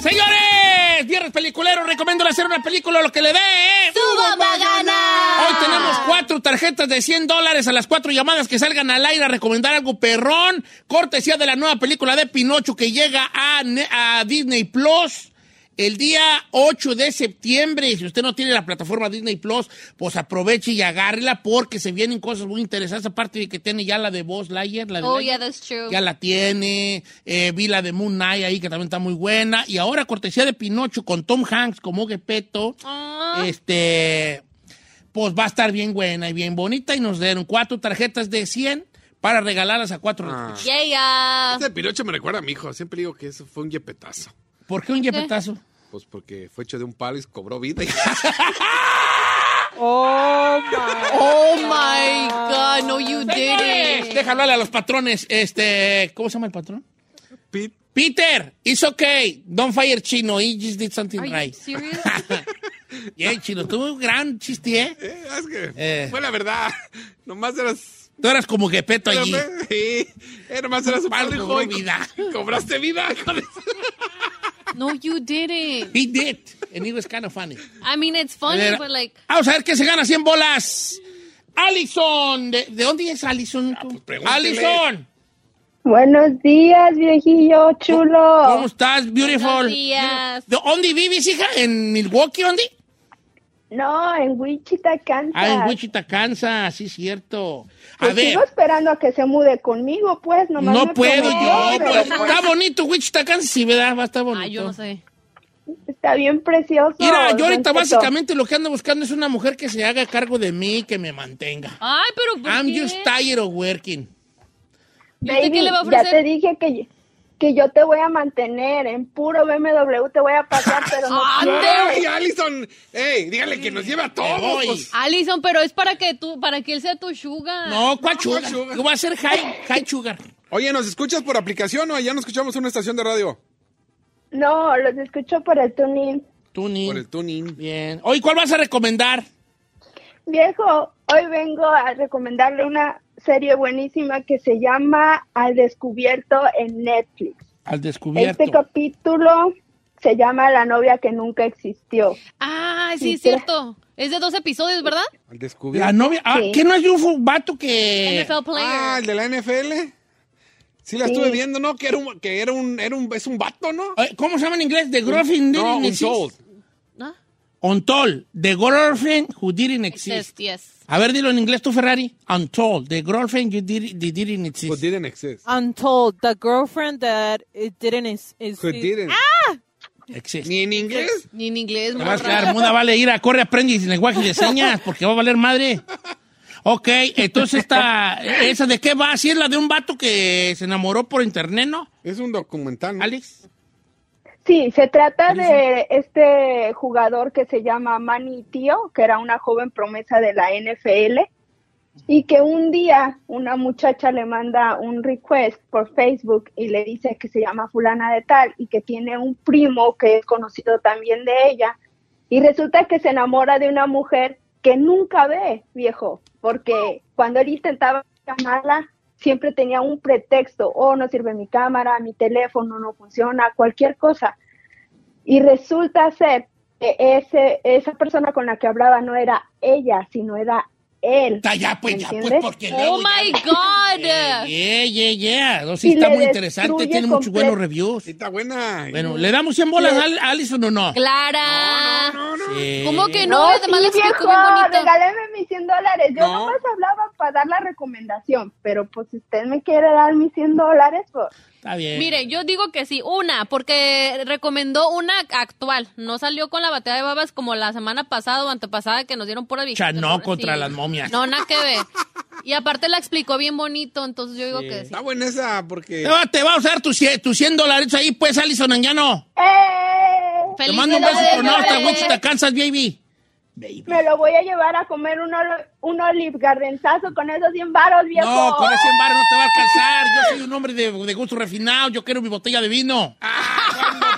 [SPEAKER 1] Señores, viernes peliculero, recomiendo hacer una película lo que le dé, ¿eh?
[SPEAKER 2] ¡Tu bomba gana!
[SPEAKER 1] Hoy tenemos cuatro tarjetas de 100 dólares a las cuatro llamadas que salgan al aire a recomendar algo perrón. Cortesía de la nueva película de Pinocho que llega a, Ne- a Disney Plus. El día 8 de septiembre, Y si usted no tiene la plataforma Disney Plus, pues aproveche y agárrela porque se vienen cosas muy interesantes, aparte de que tiene ya la de Voz Lightyear, la de
[SPEAKER 2] Oh,
[SPEAKER 1] Lightyear.
[SPEAKER 2] yeah, that's true.
[SPEAKER 1] Ya la tiene. Eh, vi la de Moon Knight ahí, que también está muy buena. Y ahora, cortesía de Pinocho con Tom Hanks como Gepeto.
[SPEAKER 2] Ah.
[SPEAKER 1] Este. Pues va a estar bien buena y bien bonita. Y nos dieron cuatro tarjetas de 100 para regalarlas a cuatro.
[SPEAKER 3] Ah.
[SPEAKER 2] Yeah, yeah.
[SPEAKER 3] Este pilocho me recuerda a mi hijo. Siempre digo que eso fue un yepetazo.
[SPEAKER 1] ¿Por qué un yepetazo?
[SPEAKER 3] Pues porque fue hecho de un palo y cobró vida.
[SPEAKER 4] Oh, my.
[SPEAKER 2] Oh my God, no, you
[SPEAKER 1] Señores,
[SPEAKER 2] didn't.
[SPEAKER 1] Déjalo hablar a los patrones. Este. ¿Cómo se llama el patrón?
[SPEAKER 3] Pit,
[SPEAKER 1] Peter, it's okay. Don't fire Chino. He just did something
[SPEAKER 2] Are you
[SPEAKER 1] right.
[SPEAKER 2] serious?
[SPEAKER 1] Yeah, Chino, tuvo un gran chiste, ¿eh?
[SPEAKER 3] eh, es que
[SPEAKER 1] Eh.
[SPEAKER 3] fue la verdad. Nomás eras.
[SPEAKER 1] Tú eras como Gepeto allí.
[SPEAKER 3] Sí, eh, nomás eras un
[SPEAKER 1] Palo
[SPEAKER 3] palo, hijo.
[SPEAKER 1] cobró
[SPEAKER 3] y co-
[SPEAKER 1] vida.
[SPEAKER 3] Cobraste vida con eso.
[SPEAKER 2] No, you didn't.
[SPEAKER 1] He did. And it was kind of funny.
[SPEAKER 2] I mean, it's
[SPEAKER 1] Era-
[SPEAKER 2] funny, but pues, like,
[SPEAKER 1] Vamos a ver qué se gana 100 bolas. Alison, ¿de, de dónde es Alison? tú?
[SPEAKER 3] pues pregúntele.
[SPEAKER 1] Alison,
[SPEAKER 5] Buenos días, viejillo
[SPEAKER 1] ¿cómo
[SPEAKER 5] chulo.
[SPEAKER 1] estás? Beautiful.
[SPEAKER 2] Buenos días.
[SPEAKER 1] ¿De dónde vives, hija? ¿En Milwaukee, dónde?
[SPEAKER 5] No, en Wichita, Kansas.
[SPEAKER 1] Ah, en Wichita, Kansas, sí, cierto. A
[SPEAKER 5] Pues
[SPEAKER 1] ver,
[SPEAKER 5] Sigo esperando a que se mude conmigo, pues. Nomás
[SPEAKER 1] no
[SPEAKER 5] me
[SPEAKER 1] puedo
[SPEAKER 5] prometió,
[SPEAKER 1] yo.
[SPEAKER 5] pero
[SPEAKER 1] pues, está bonito Wichita, Kansas, sí, ¿verdad? Va a estar bonito.
[SPEAKER 2] ay, yo no sé.
[SPEAKER 5] Está bien precioso.
[SPEAKER 1] Mira, yo ahorita
[SPEAKER 5] Don Cheto.
[SPEAKER 1] básicamente lo que ando buscando es una mujer que se haga cargo de mí y que me mantenga.
[SPEAKER 2] Ay, pero ¿por
[SPEAKER 1] I'm
[SPEAKER 2] qué?
[SPEAKER 1] just tired of working.
[SPEAKER 2] ¿Y usted qué le va a
[SPEAKER 5] Baby, ya te
[SPEAKER 2] ofrecer?
[SPEAKER 5] dije que, que yo te voy a mantener. En puro BMW te voy a pasar, pero no
[SPEAKER 1] Ah,
[SPEAKER 5] quiero.
[SPEAKER 3] ¡Ay, Allison! ¡Ey! Dígale que nos lleva a
[SPEAKER 1] Me voy.
[SPEAKER 3] todos. pues.
[SPEAKER 2] Alison, pero es para que tú, para que él sea tu sugar.
[SPEAKER 1] No, ¿cuál sugar?
[SPEAKER 3] sugar?
[SPEAKER 1] Yo voy a ser high, high sugar.
[SPEAKER 3] Oye, ¿nos escuchas por aplicación o allá nos escuchamos en una estación de radio?
[SPEAKER 5] No, los escucho por el tuning.
[SPEAKER 1] Tú ni.
[SPEAKER 3] Por el tuning.
[SPEAKER 1] Bien. Oye, ¿cuál vas a recomendar?
[SPEAKER 5] Viejo, hoy vengo a recomendarle una serie buenísima que se llama Al Descubierto en Netflix.
[SPEAKER 1] Al descubierto.
[SPEAKER 5] Este capítulo se llama La novia que nunca existió.
[SPEAKER 2] Ah, sí,
[SPEAKER 5] Sí,
[SPEAKER 2] es cierto. Es de dos episodios, ¿verdad?
[SPEAKER 3] Al descubrir.
[SPEAKER 1] La novia. Ah,
[SPEAKER 5] Sí.
[SPEAKER 1] ¿Qué no hay un fu- vato que.
[SPEAKER 2] NFL player.
[SPEAKER 3] Ah, el de la NFL. Sí, la estuve viendo, ¿no? Que era un, que era un, era un, es un vato, ¿no?
[SPEAKER 1] Eh, ¿Cómo se llama en inglés? The Girlfriend
[SPEAKER 3] no,
[SPEAKER 1] Didn't
[SPEAKER 3] un
[SPEAKER 1] Exist.
[SPEAKER 3] sold.
[SPEAKER 2] ¿No?
[SPEAKER 1] Untold. The Girlfriend Who Didn't Exist.
[SPEAKER 2] Exist, yes.
[SPEAKER 1] A ver, dilo en inglés tú, Ferrari. Untold. The Girlfriend you did, that Didn't
[SPEAKER 3] Who
[SPEAKER 1] Exist.
[SPEAKER 3] didn't exist.
[SPEAKER 1] Ah,
[SPEAKER 4] Untold, the girlfriend that it didn't is, is
[SPEAKER 3] Who didn't.
[SPEAKER 1] Ah, Exist.
[SPEAKER 3] Ni en inglés.
[SPEAKER 2] Ni en inglés,
[SPEAKER 1] Te vas a
[SPEAKER 2] morra.
[SPEAKER 1] quedar muda, vale, ir a corre, aprende y lenguaje de señas, porque va a valer madre. Ok, entonces esta, ¿esa de qué va? Si es la de un vato que se enamoró por internet, ¿no?
[SPEAKER 3] Es un documental. ¿no?
[SPEAKER 1] Alex.
[SPEAKER 5] Sí, se trata de este jugador que se llama Manny Tío, que era una joven promesa de la NFL, y que un día una muchacha le manda un request por Facebook y le dice que se llama fulana de tal y que tiene un primo que es conocido también de ella, y resulta que se enamora de una mujer que nunca ve, viejo, porque cuando él intentaba llamarla, siempre tenía un pretexto, oh, no sirve mi cámara, mi teléfono no funciona, cualquier cosa. Y resulta ser que ese, esa persona con la que hablaba no era ella, sino era él.
[SPEAKER 1] Está ya, pues, ya, pues,
[SPEAKER 5] ¿Entiendes?
[SPEAKER 1] porque
[SPEAKER 2] Oh
[SPEAKER 1] luego ya- Eh,
[SPEAKER 2] my God.
[SPEAKER 1] Yeah, yeah, yeah. No,
[SPEAKER 5] Y
[SPEAKER 1] sí, está
[SPEAKER 5] le
[SPEAKER 1] muy interesante.
[SPEAKER 5] destruye
[SPEAKER 1] Tiene muchos
[SPEAKER 5] comple-
[SPEAKER 1] buenos reviews.
[SPEAKER 3] Sí, está buena.
[SPEAKER 1] Bueno, ¿le damos 100 bolas a Al- a Allison o no?
[SPEAKER 2] Clara.
[SPEAKER 3] No, no.
[SPEAKER 1] Sí.
[SPEAKER 2] ¿Cómo que no?
[SPEAKER 5] No,
[SPEAKER 2] Además,
[SPEAKER 5] sí,
[SPEAKER 2] la
[SPEAKER 5] viejo,
[SPEAKER 2] explicó bien bonito.
[SPEAKER 5] regáleme mis mis 100 dólares. Yo
[SPEAKER 1] No.
[SPEAKER 5] nomás hablaba para dar la recomendación, pero pues si usted me quiere dar mis 100 dólares, pues
[SPEAKER 1] Está bien.
[SPEAKER 2] Mire, yo digo que sí, una, porque recomendó una actual. No salió con la batalla de babas como la semana pasada o antepasada que nos dieron pura
[SPEAKER 1] O sea,
[SPEAKER 2] victoria.
[SPEAKER 1] no contra las momias.
[SPEAKER 2] No, nada que ver. Y aparte la explicó bien bonito, entonces yo digo
[SPEAKER 1] Sí.
[SPEAKER 2] que sí.
[SPEAKER 3] Está buena esa porque...
[SPEAKER 1] Te va, te va a usar tus 100, tus 100 dólares ahí, pues, Alison Anguiano.
[SPEAKER 5] ¡eh!
[SPEAKER 1] Te
[SPEAKER 2] Feliz
[SPEAKER 1] mando un
[SPEAKER 2] Día
[SPEAKER 1] beso
[SPEAKER 2] de
[SPEAKER 1] por no, hasta
[SPEAKER 2] Madres.
[SPEAKER 1] Wichita, Kansas, baby.
[SPEAKER 5] Me lo voy a llevar a comer un, ol- un olive gardenzazo con esos 100 varos, viejo.
[SPEAKER 1] No, con ese embargo no te va a alcanzar. Yo soy un hombre de, de gusto refinado. Yo quiero mi botella de vino.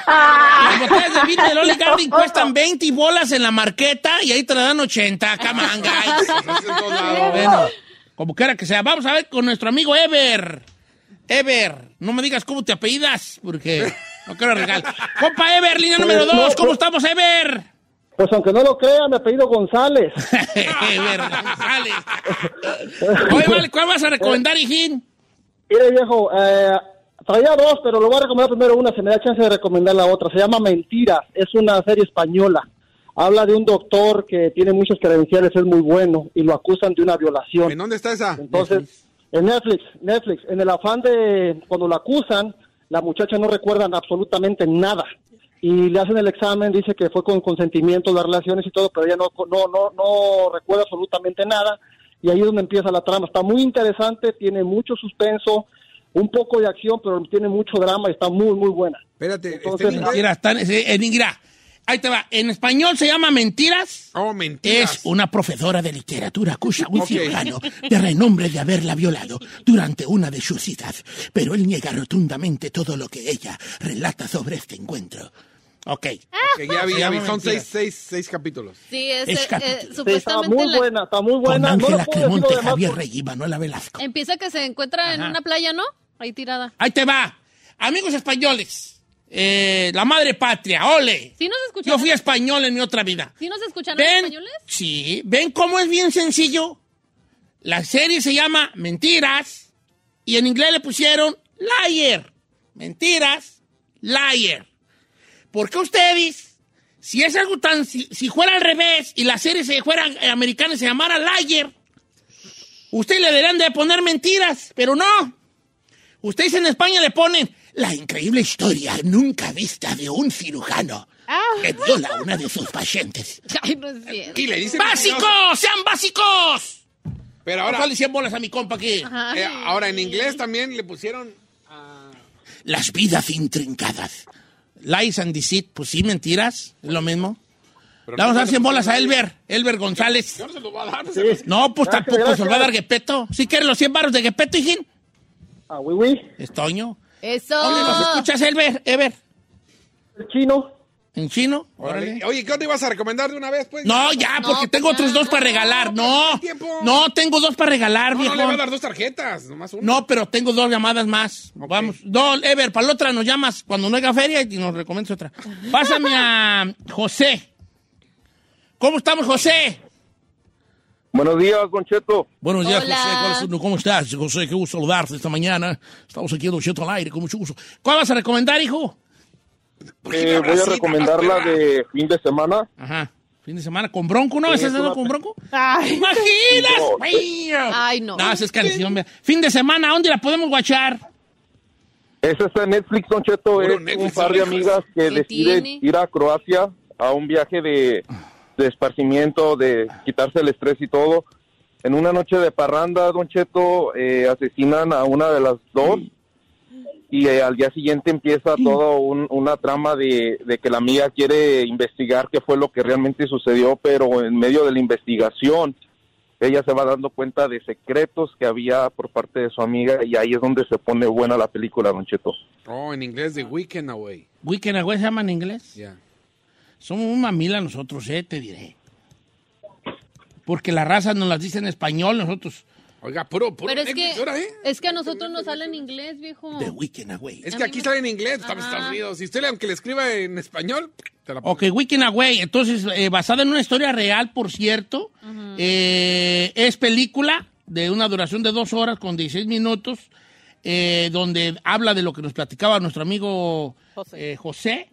[SPEAKER 5] Ah,
[SPEAKER 1] Las botellas de vino del Olive Garden cuestan 20 bolas en la marqueta y ahí te la dan 80. Come on, guys.
[SPEAKER 3] pues, es en todos lados.
[SPEAKER 1] Bueno, como quiera que sea. Vamos a ver con nuestro amigo Ever. Ever, no me digas cómo te apellidas, porque no quiero regalar. Compa Ever, línea número 2. ¿Cómo estamos, Ever?
[SPEAKER 6] Pues aunque no lo crean, me apellido González.
[SPEAKER 1] Ever González. Oye, vale, ¿cuál vas a recomendar, hijín?
[SPEAKER 6] Mire, viejo, eh, traía dos, pero lo voy a recomendar primero una. Se me da chance de recomendar la otra. Se llama Mentiras. Es una serie española. Habla de un doctor que tiene muchas credenciales, es muy bueno, y lo acusan de una violación.
[SPEAKER 3] ¿En dónde está esa?
[SPEAKER 6] Entonces, en Netflix, Netflix, en el afán de cuando la acusan, la muchacha no recuerda absolutamente nada. Y le hacen el examen, dice que fue con consentimiento las relaciones y todo, pero ella no, no, no, no recuerda absolutamente nada. Y ahí es donde empieza la trama. Está muy interesante, tiene mucho suspenso, un poco de acción, pero tiene mucho drama y está muy, muy buena.
[SPEAKER 3] Espérate, ¿está
[SPEAKER 6] Entonces,
[SPEAKER 3] en inglés?
[SPEAKER 1] Mentiras, están- es- en mira, Ahí te va. En español se llama Mentiras.
[SPEAKER 3] Oh, mentiras.
[SPEAKER 1] Es una profesora de literatura acusa a un
[SPEAKER 3] Ok.
[SPEAKER 1] cirujano de renombre de haberla violado durante una de sus citas, pero él niega rotundamente todo lo que ella relata sobre este encuentro. Ok.
[SPEAKER 2] Ah.
[SPEAKER 3] Que ya vi,
[SPEAKER 1] Se
[SPEAKER 3] ya
[SPEAKER 1] llama
[SPEAKER 3] vi. Son
[SPEAKER 1] Mentiras.
[SPEAKER 3] seis, seis, seis capítulos.
[SPEAKER 2] Sí, es,
[SPEAKER 1] Es
[SPEAKER 2] eh,
[SPEAKER 1] capítulo.
[SPEAKER 2] eh,
[SPEAKER 1] Sí,
[SPEAKER 6] Sí, está
[SPEAKER 2] supuestamente
[SPEAKER 6] muy
[SPEAKER 2] la-
[SPEAKER 6] buena, está muy
[SPEAKER 1] Con
[SPEAKER 6] buena. No le
[SPEAKER 1] Ángela
[SPEAKER 6] puedo decir
[SPEAKER 1] Cremonte,
[SPEAKER 6] lo demás.
[SPEAKER 1] Javier Rey y Manuela Velasco.
[SPEAKER 2] empieza que se encuentra en
[SPEAKER 1] Ajá.
[SPEAKER 2] una playa, ¿no? Ahí tirada.
[SPEAKER 1] Ahí te va. Amigos españoles, eh, la madre patria, ole.
[SPEAKER 2] ¿Sí nos escuchan?
[SPEAKER 1] Yo fui español en mi otra vida.
[SPEAKER 2] ¿Sí nos escuchan los
[SPEAKER 1] ¿Ven?
[SPEAKER 2] españoles?
[SPEAKER 1] Sí, ven cómo es bien sencillo. La serie se llama Mentiras y en inglés le pusieron Liar. Mentiras, Liar. Porque ustedes, si es algo tan. Si, si fuera al revés y la serie se fuera eh, americana y se llamara Liar, ustedes le deberían de poner mentiras, pero no. Ustedes en España le ponen la increíble historia nunca vista de un cirujano
[SPEAKER 2] Ah.
[SPEAKER 1] que viola a una de sus pacientes.
[SPEAKER 2] Ay, no es cierto.
[SPEAKER 3] Y le dicen...
[SPEAKER 1] ¡Básicos! ¡Sean básicos!
[SPEAKER 3] Pero
[SPEAKER 1] Ahora
[SPEAKER 3] ahora,
[SPEAKER 1] sale 100 bolas a mi compa aquí.
[SPEAKER 3] eh, ahora en inglés también le pusieron... ah,
[SPEAKER 1] Las vidas intrincadas. Lies and deceit, pues sí, mentiras, es lo mismo.
[SPEAKER 3] pero
[SPEAKER 1] Le vamos a
[SPEAKER 3] no
[SPEAKER 1] dar
[SPEAKER 3] se
[SPEAKER 1] 100
[SPEAKER 3] lo-
[SPEAKER 1] bolas a Elber, Elber González.
[SPEAKER 3] Yo no se lo voy a dar. no se lo-
[SPEAKER 6] Sí.
[SPEAKER 1] No, pues
[SPEAKER 6] Gracias,
[SPEAKER 1] tampoco se lo va a dar
[SPEAKER 6] gracias.
[SPEAKER 1] Gepetto. ¿Sí quieres los 100 barros de Gepetto, hijín?
[SPEAKER 6] Ah, oui, oui.
[SPEAKER 1] Estoño.
[SPEAKER 2] Eso.
[SPEAKER 1] ¿Dónde nos escuchas, Elber? Ever.
[SPEAKER 6] El chino.
[SPEAKER 1] ¿En chino?
[SPEAKER 3] Órale.
[SPEAKER 1] Órale.
[SPEAKER 3] Oye, ¿qué te ibas a recomendar de una vez, pues?
[SPEAKER 1] No, ya,
[SPEAKER 2] No,
[SPEAKER 1] porque tengo
[SPEAKER 2] ya.
[SPEAKER 1] otros dos para regalar. No,
[SPEAKER 3] hay tiempo.
[SPEAKER 1] no, tengo dos para regalar,
[SPEAKER 3] No, no le
[SPEAKER 1] viejo.
[SPEAKER 3] van a dar dos tarjetas, nomás una.
[SPEAKER 6] Eh,
[SPEAKER 1] No, pero tengo dos llamadas más. Vamos. No, Ever, para la otra nos llamas cuando no haya feria y nos recomiendas otra. Pásame a José. ¿Cómo estamos, José?
[SPEAKER 6] Buenos días, Concheto.
[SPEAKER 1] Buenos días,
[SPEAKER 2] Hola.
[SPEAKER 1] José. ¿Cuál es tu- ¿Cómo estás, José? Qué gusto saludarte esta mañana. Estamos aquí en Ocheto al aire, con mucho gusto. ¿Cuál vas a recomendar, hijo?
[SPEAKER 3] Eh, voy a recomendar la
[SPEAKER 6] de fin de semana.
[SPEAKER 1] Ajá. Fin de semana con Bronco, ¿no?
[SPEAKER 6] Sí,
[SPEAKER 1] ¿Estás
[SPEAKER 6] es
[SPEAKER 1] dando
[SPEAKER 6] una-
[SPEAKER 1] con Bronco?
[SPEAKER 4] Ay,
[SPEAKER 1] ¡Imaginas!
[SPEAKER 6] No.
[SPEAKER 2] Ay, no.
[SPEAKER 1] No, esa es canción. vea. Fin de semana, ¿dónde la podemos guachar?
[SPEAKER 6] Eso está en Netflix, Don Cheto.
[SPEAKER 3] Puro
[SPEAKER 6] es
[SPEAKER 3] Netflix,
[SPEAKER 6] un par de
[SPEAKER 3] hijo.
[SPEAKER 6] amigas que
[SPEAKER 2] ¿Qué
[SPEAKER 6] deciden
[SPEAKER 2] tiene?
[SPEAKER 6] ir a Croacia a un viaje de, de esparcimiento, de quitarse el estrés y todo. En una noche de parranda, Don Cheto, eh, asesinan a una de las dos. Y eh, al día siguiente empieza toda una trama de, de que la amiga quiere investigar qué fue lo que realmente sucedió, pero en medio de la investigación ella se va dando cuenta de secretos que había por parte de su amiga y ahí es donde se pone buena la película, Don Cheto.
[SPEAKER 3] Oh, en inglés,
[SPEAKER 2] Ah.
[SPEAKER 3] The Weekend Away.
[SPEAKER 1] Weekend Away se llama en inglés.
[SPEAKER 3] Ya.
[SPEAKER 1] Somos un mamila nosotros, eh, te diré. Porque la raza nos las dice en español, nosotros.
[SPEAKER 3] Oiga, puro, puro
[SPEAKER 2] Pero es
[SPEAKER 3] Netflix,
[SPEAKER 2] que,
[SPEAKER 3] ahora, ¿eh?
[SPEAKER 2] es que a nosotros nos sale en inglés, viejo.
[SPEAKER 1] The Weekend Away.
[SPEAKER 3] Es
[SPEAKER 2] a
[SPEAKER 3] que
[SPEAKER 2] mí
[SPEAKER 3] aquí
[SPEAKER 2] me-
[SPEAKER 3] sale en inglés, estamos en
[SPEAKER 2] Ajá.
[SPEAKER 3] Estados Unidos. Si usted, le- aunque le escriba en español, te la
[SPEAKER 1] Ok, Weekend Away. Entonces, eh, basada en una historia real, por cierto. eh, es película de una duración de dos horas con 16 minutos, eh, donde habla de lo que nos platicaba nuestro amigo
[SPEAKER 4] José.
[SPEAKER 1] eh, José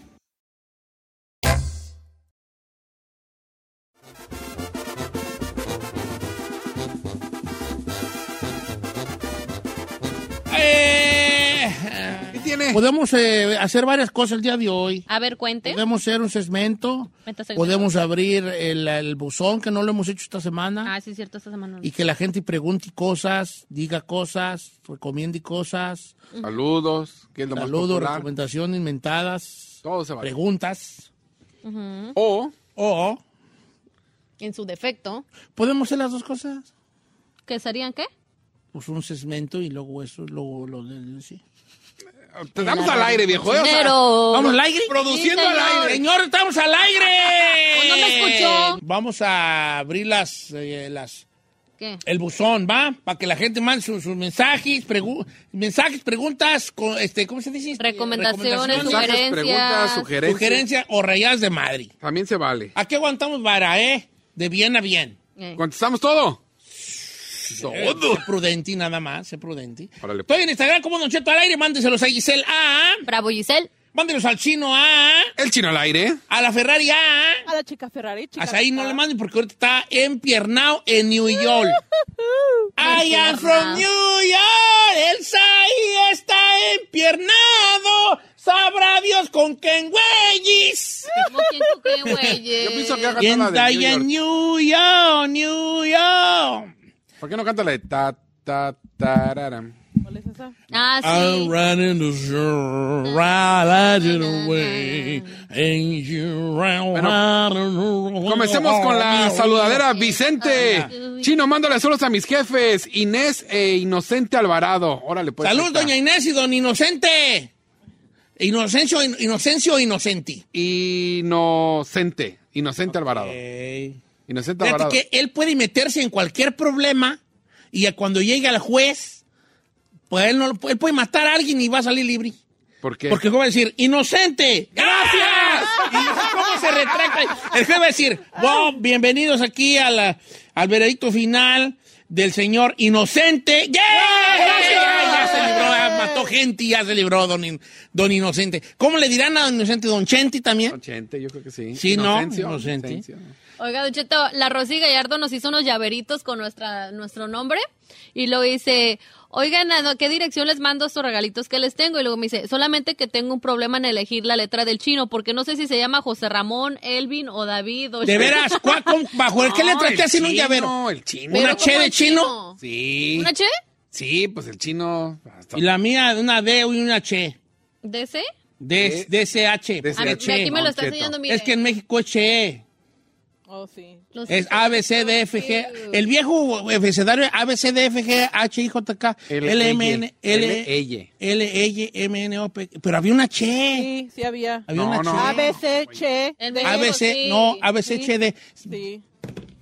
[SPEAKER 1] Eh,
[SPEAKER 3] ¿Qué tiene?
[SPEAKER 1] podemos eh, hacer varias cosas el día de hoy.
[SPEAKER 2] A ver, cuente.
[SPEAKER 1] Podemos hacer un segmento.
[SPEAKER 2] Cuenta segmento.
[SPEAKER 1] Podemos abrir el, el buzón, que no lo hemos hecho esta semana.
[SPEAKER 2] Ah, sí, es cierto, esta semana. no.
[SPEAKER 1] Y que la gente pregunte cosas, diga cosas, recomiende cosas.
[SPEAKER 3] Saludos. ¿Qué es lo
[SPEAKER 1] Saludos,
[SPEAKER 3] más popular?
[SPEAKER 1] recomendaciones inventadas,
[SPEAKER 3] Todo se vale.
[SPEAKER 1] preguntas.
[SPEAKER 2] Ujú.
[SPEAKER 3] O
[SPEAKER 1] O
[SPEAKER 2] En su defecto.
[SPEAKER 1] podemos hacer las dos cosas.
[SPEAKER 2] ¿Qué serían qué?
[SPEAKER 1] Pues un segmento y luego eso, luego lo de... sí.
[SPEAKER 3] te damos al aire, viejo. ¿eh? O sea,
[SPEAKER 2] Dinero.
[SPEAKER 1] ¿Vamos al aire?
[SPEAKER 3] Produciendo
[SPEAKER 2] Oh, Sí,
[SPEAKER 3] al
[SPEAKER 2] señor.
[SPEAKER 3] aire.
[SPEAKER 1] Señor, estamos al aire.
[SPEAKER 2] Pues no me escuchó.
[SPEAKER 1] Vamos a abrir las, eh, las
[SPEAKER 2] ¿Qué?
[SPEAKER 1] el buzón, ¿va? Para que la gente mande sus, sus mensajes, pregu- mensajes, preguntas, co- este, ¿cómo se dice?
[SPEAKER 3] Mensajes,
[SPEAKER 2] Recomendaciones, sugerencias.
[SPEAKER 3] preguntas, sugerencias.
[SPEAKER 1] sugerencias o rayadas de Madrid.
[SPEAKER 3] También se vale.
[SPEAKER 1] Aquí aguantamos vara, ¿eh? De bien a bien.
[SPEAKER 2] Eh.
[SPEAKER 3] ¿Contestamos todo?
[SPEAKER 1] Eh, sé prudente y nada más, sé prudente.
[SPEAKER 3] Órale.
[SPEAKER 1] Estoy en Instagram como Don Cheto al aire, mándeselos a Giselle A,
[SPEAKER 2] Bravo, Giselle.
[SPEAKER 1] mándelos al chino A,
[SPEAKER 3] El chino al aire.
[SPEAKER 1] a la Ferrari A.
[SPEAKER 4] A la chica Ferrari, chica.
[SPEAKER 1] Hasta ahí no le
[SPEAKER 4] Ferrari.
[SPEAKER 1] manden porque ahorita está empiernado en New York. I am from New York. El Sai está empiernado. Sabrá Dios con quién güeyes.
[SPEAKER 2] ¿Cómo quién tú qué, güey?
[SPEAKER 3] Yo pienso que haga
[SPEAKER 1] ¿Quién
[SPEAKER 3] toda la
[SPEAKER 1] está
[SPEAKER 3] de
[SPEAKER 1] ahí en
[SPEAKER 3] New
[SPEAKER 1] New York?
[SPEAKER 3] York.
[SPEAKER 1] New York.
[SPEAKER 3] ¿Por qué no canta la de ta, ta, tararam?
[SPEAKER 4] ¿Cuál es esa?
[SPEAKER 2] Ah,
[SPEAKER 1] I'm
[SPEAKER 2] sí.
[SPEAKER 1] running the show, right out of the way. And you round,
[SPEAKER 3] Bueno,
[SPEAKER 1] round, round,
[SPEAKER 3] Comencemos con la
[SPEAKER 1] round.
[SPEAKER 3] saludadera
[SPEAKER 1] Ah,
[SPEAKER 3] Vicente. Chino, mándale solos a mis jefes. Inés e Inocente Alvarado. Órale, pues.
[SPEAKER 1] Salud,
[SPEAKER 3] ahí está.
[SPEAKER 1] doña Inés y don Inocente. Inocencio, in- Inocencio Inocenti.
[SPEAKER 3] Inocente. Inocente Alvarado. Inocente
[SPEAKER 1] Fíjate
[SPEAKER 3] Alvarado.
[SPEAKER 1] que él puede meterse en cualquier problema y a cuando llegue al juez, pues él, no, lo- él puede matar a alguien y va a salir libre.
[SPEAKER 3] ¿Por qué?
[SPEAKER 1] Porque el juez va a decir, inocente, gracias. Y no sé cómo se retracta. El juez va a decir, wow, bienvenidos aquí a la- al veredicto final del señor inocente. ¡Yeah! Ya se libró, ya mató gente y ya se libró don, In- don Inocente. ¿Cómo le dirán a don Inocente? ¿Don Chenti también?
[SPEAKER 3] 80, yo creo que sí.
[SPEAKER 1] Sí, ¿no?
[SPEAKER 3] Inocencio,
[SPEAKER 1] Inocente.
[SPEAKER 3] Inocencio.
[SPEAKER 2] Oiga, Don Cheto, la Rosy Gallardo nos hizo unos llaveritos con nuestra, nuestro nombre y lo dice, oigan, ¿a qué dirección les mando estos regalitos que les tengo? Y luego me dice, solamente que tengo un problema en elegir la letra del chino, porque no sé si se llama José Ramón, Elvin o David. O
[SPEAKER 1] De veras, ¿cuá- cómo- ¿bajo el qué
[SPEAKER 3] No,
[SPEAKER 1] letra
[SPEAKER 3] el
[SPEAKER 1] que hacen un
[SPEAKER 3] chino,
[SPEAKER 1] llavero?
[SPEAKER 3] El chino.
[SPEAKER 2] Pero
[SPEAKER 1] ¿Una
[SPEAKER 2] ¿cómo
[SPEAKER 1] che de
[SPEAKER 2] el
[SPEAKER 1] chino?
[SPEAKER 3] Sí.
[SPEAKER 2] ¿Una che?
[SPEAKER 3] Sí, pues el chino. hasta-
[SPEAKER 1] Y la mía, una D y una Che.
[SPEAKER 2] ¿De ese?
[SPEAKER 1] D,
[SPEAKER 3] ¿Eh?
[SPEAKER 1] DCH.
[SPEAKER 3] DCH.
[SPEAKER 2] A mí,
[SPEAKER 3] Che,
[SPEAKER 2] aquí me lo está
[SPEAKER 3] Don Cheto.
[SPEAKER 2] enseñando, mire.
[SPEAKER 1] Es que en México es Che.
[SPEAKER 4] Oh, sí.
[SPEAKER 2] Los-
[SPEAKER 1] Es A, B, C, D, F, G. El viejo abecedario A, B, C, D, F, G, H, I, J, K,
[SPEAKER 3] L,
[SPEAKER 1] L, E M, N, L,
[SPEAKER 3] L, L. E
[SPEAKER 1] L, L, M, N, O, P. Pero había una Che.
[SPEAKER 4] Sí, sí había.
[SPEAKER 1] Había
[SPEAKER 3] No,
[SPEAKER 1] una
[SPEAKER 3] no.
[SPEAKER 1] Che.
[SPEAKER 4] ABC, Che.
[SPEAKER 2] El
[SPEAKER 4] D.
[SPEAKER 2] B-
[SPEAKER 1] A, B, C,
[SPEAKER 2] sí.
[SPEAKER 1] no, A, B, C,
[SPEAKER 4] Sí.
[SPEAKER 1] Che, D.
[SPEAKER 4] Sí.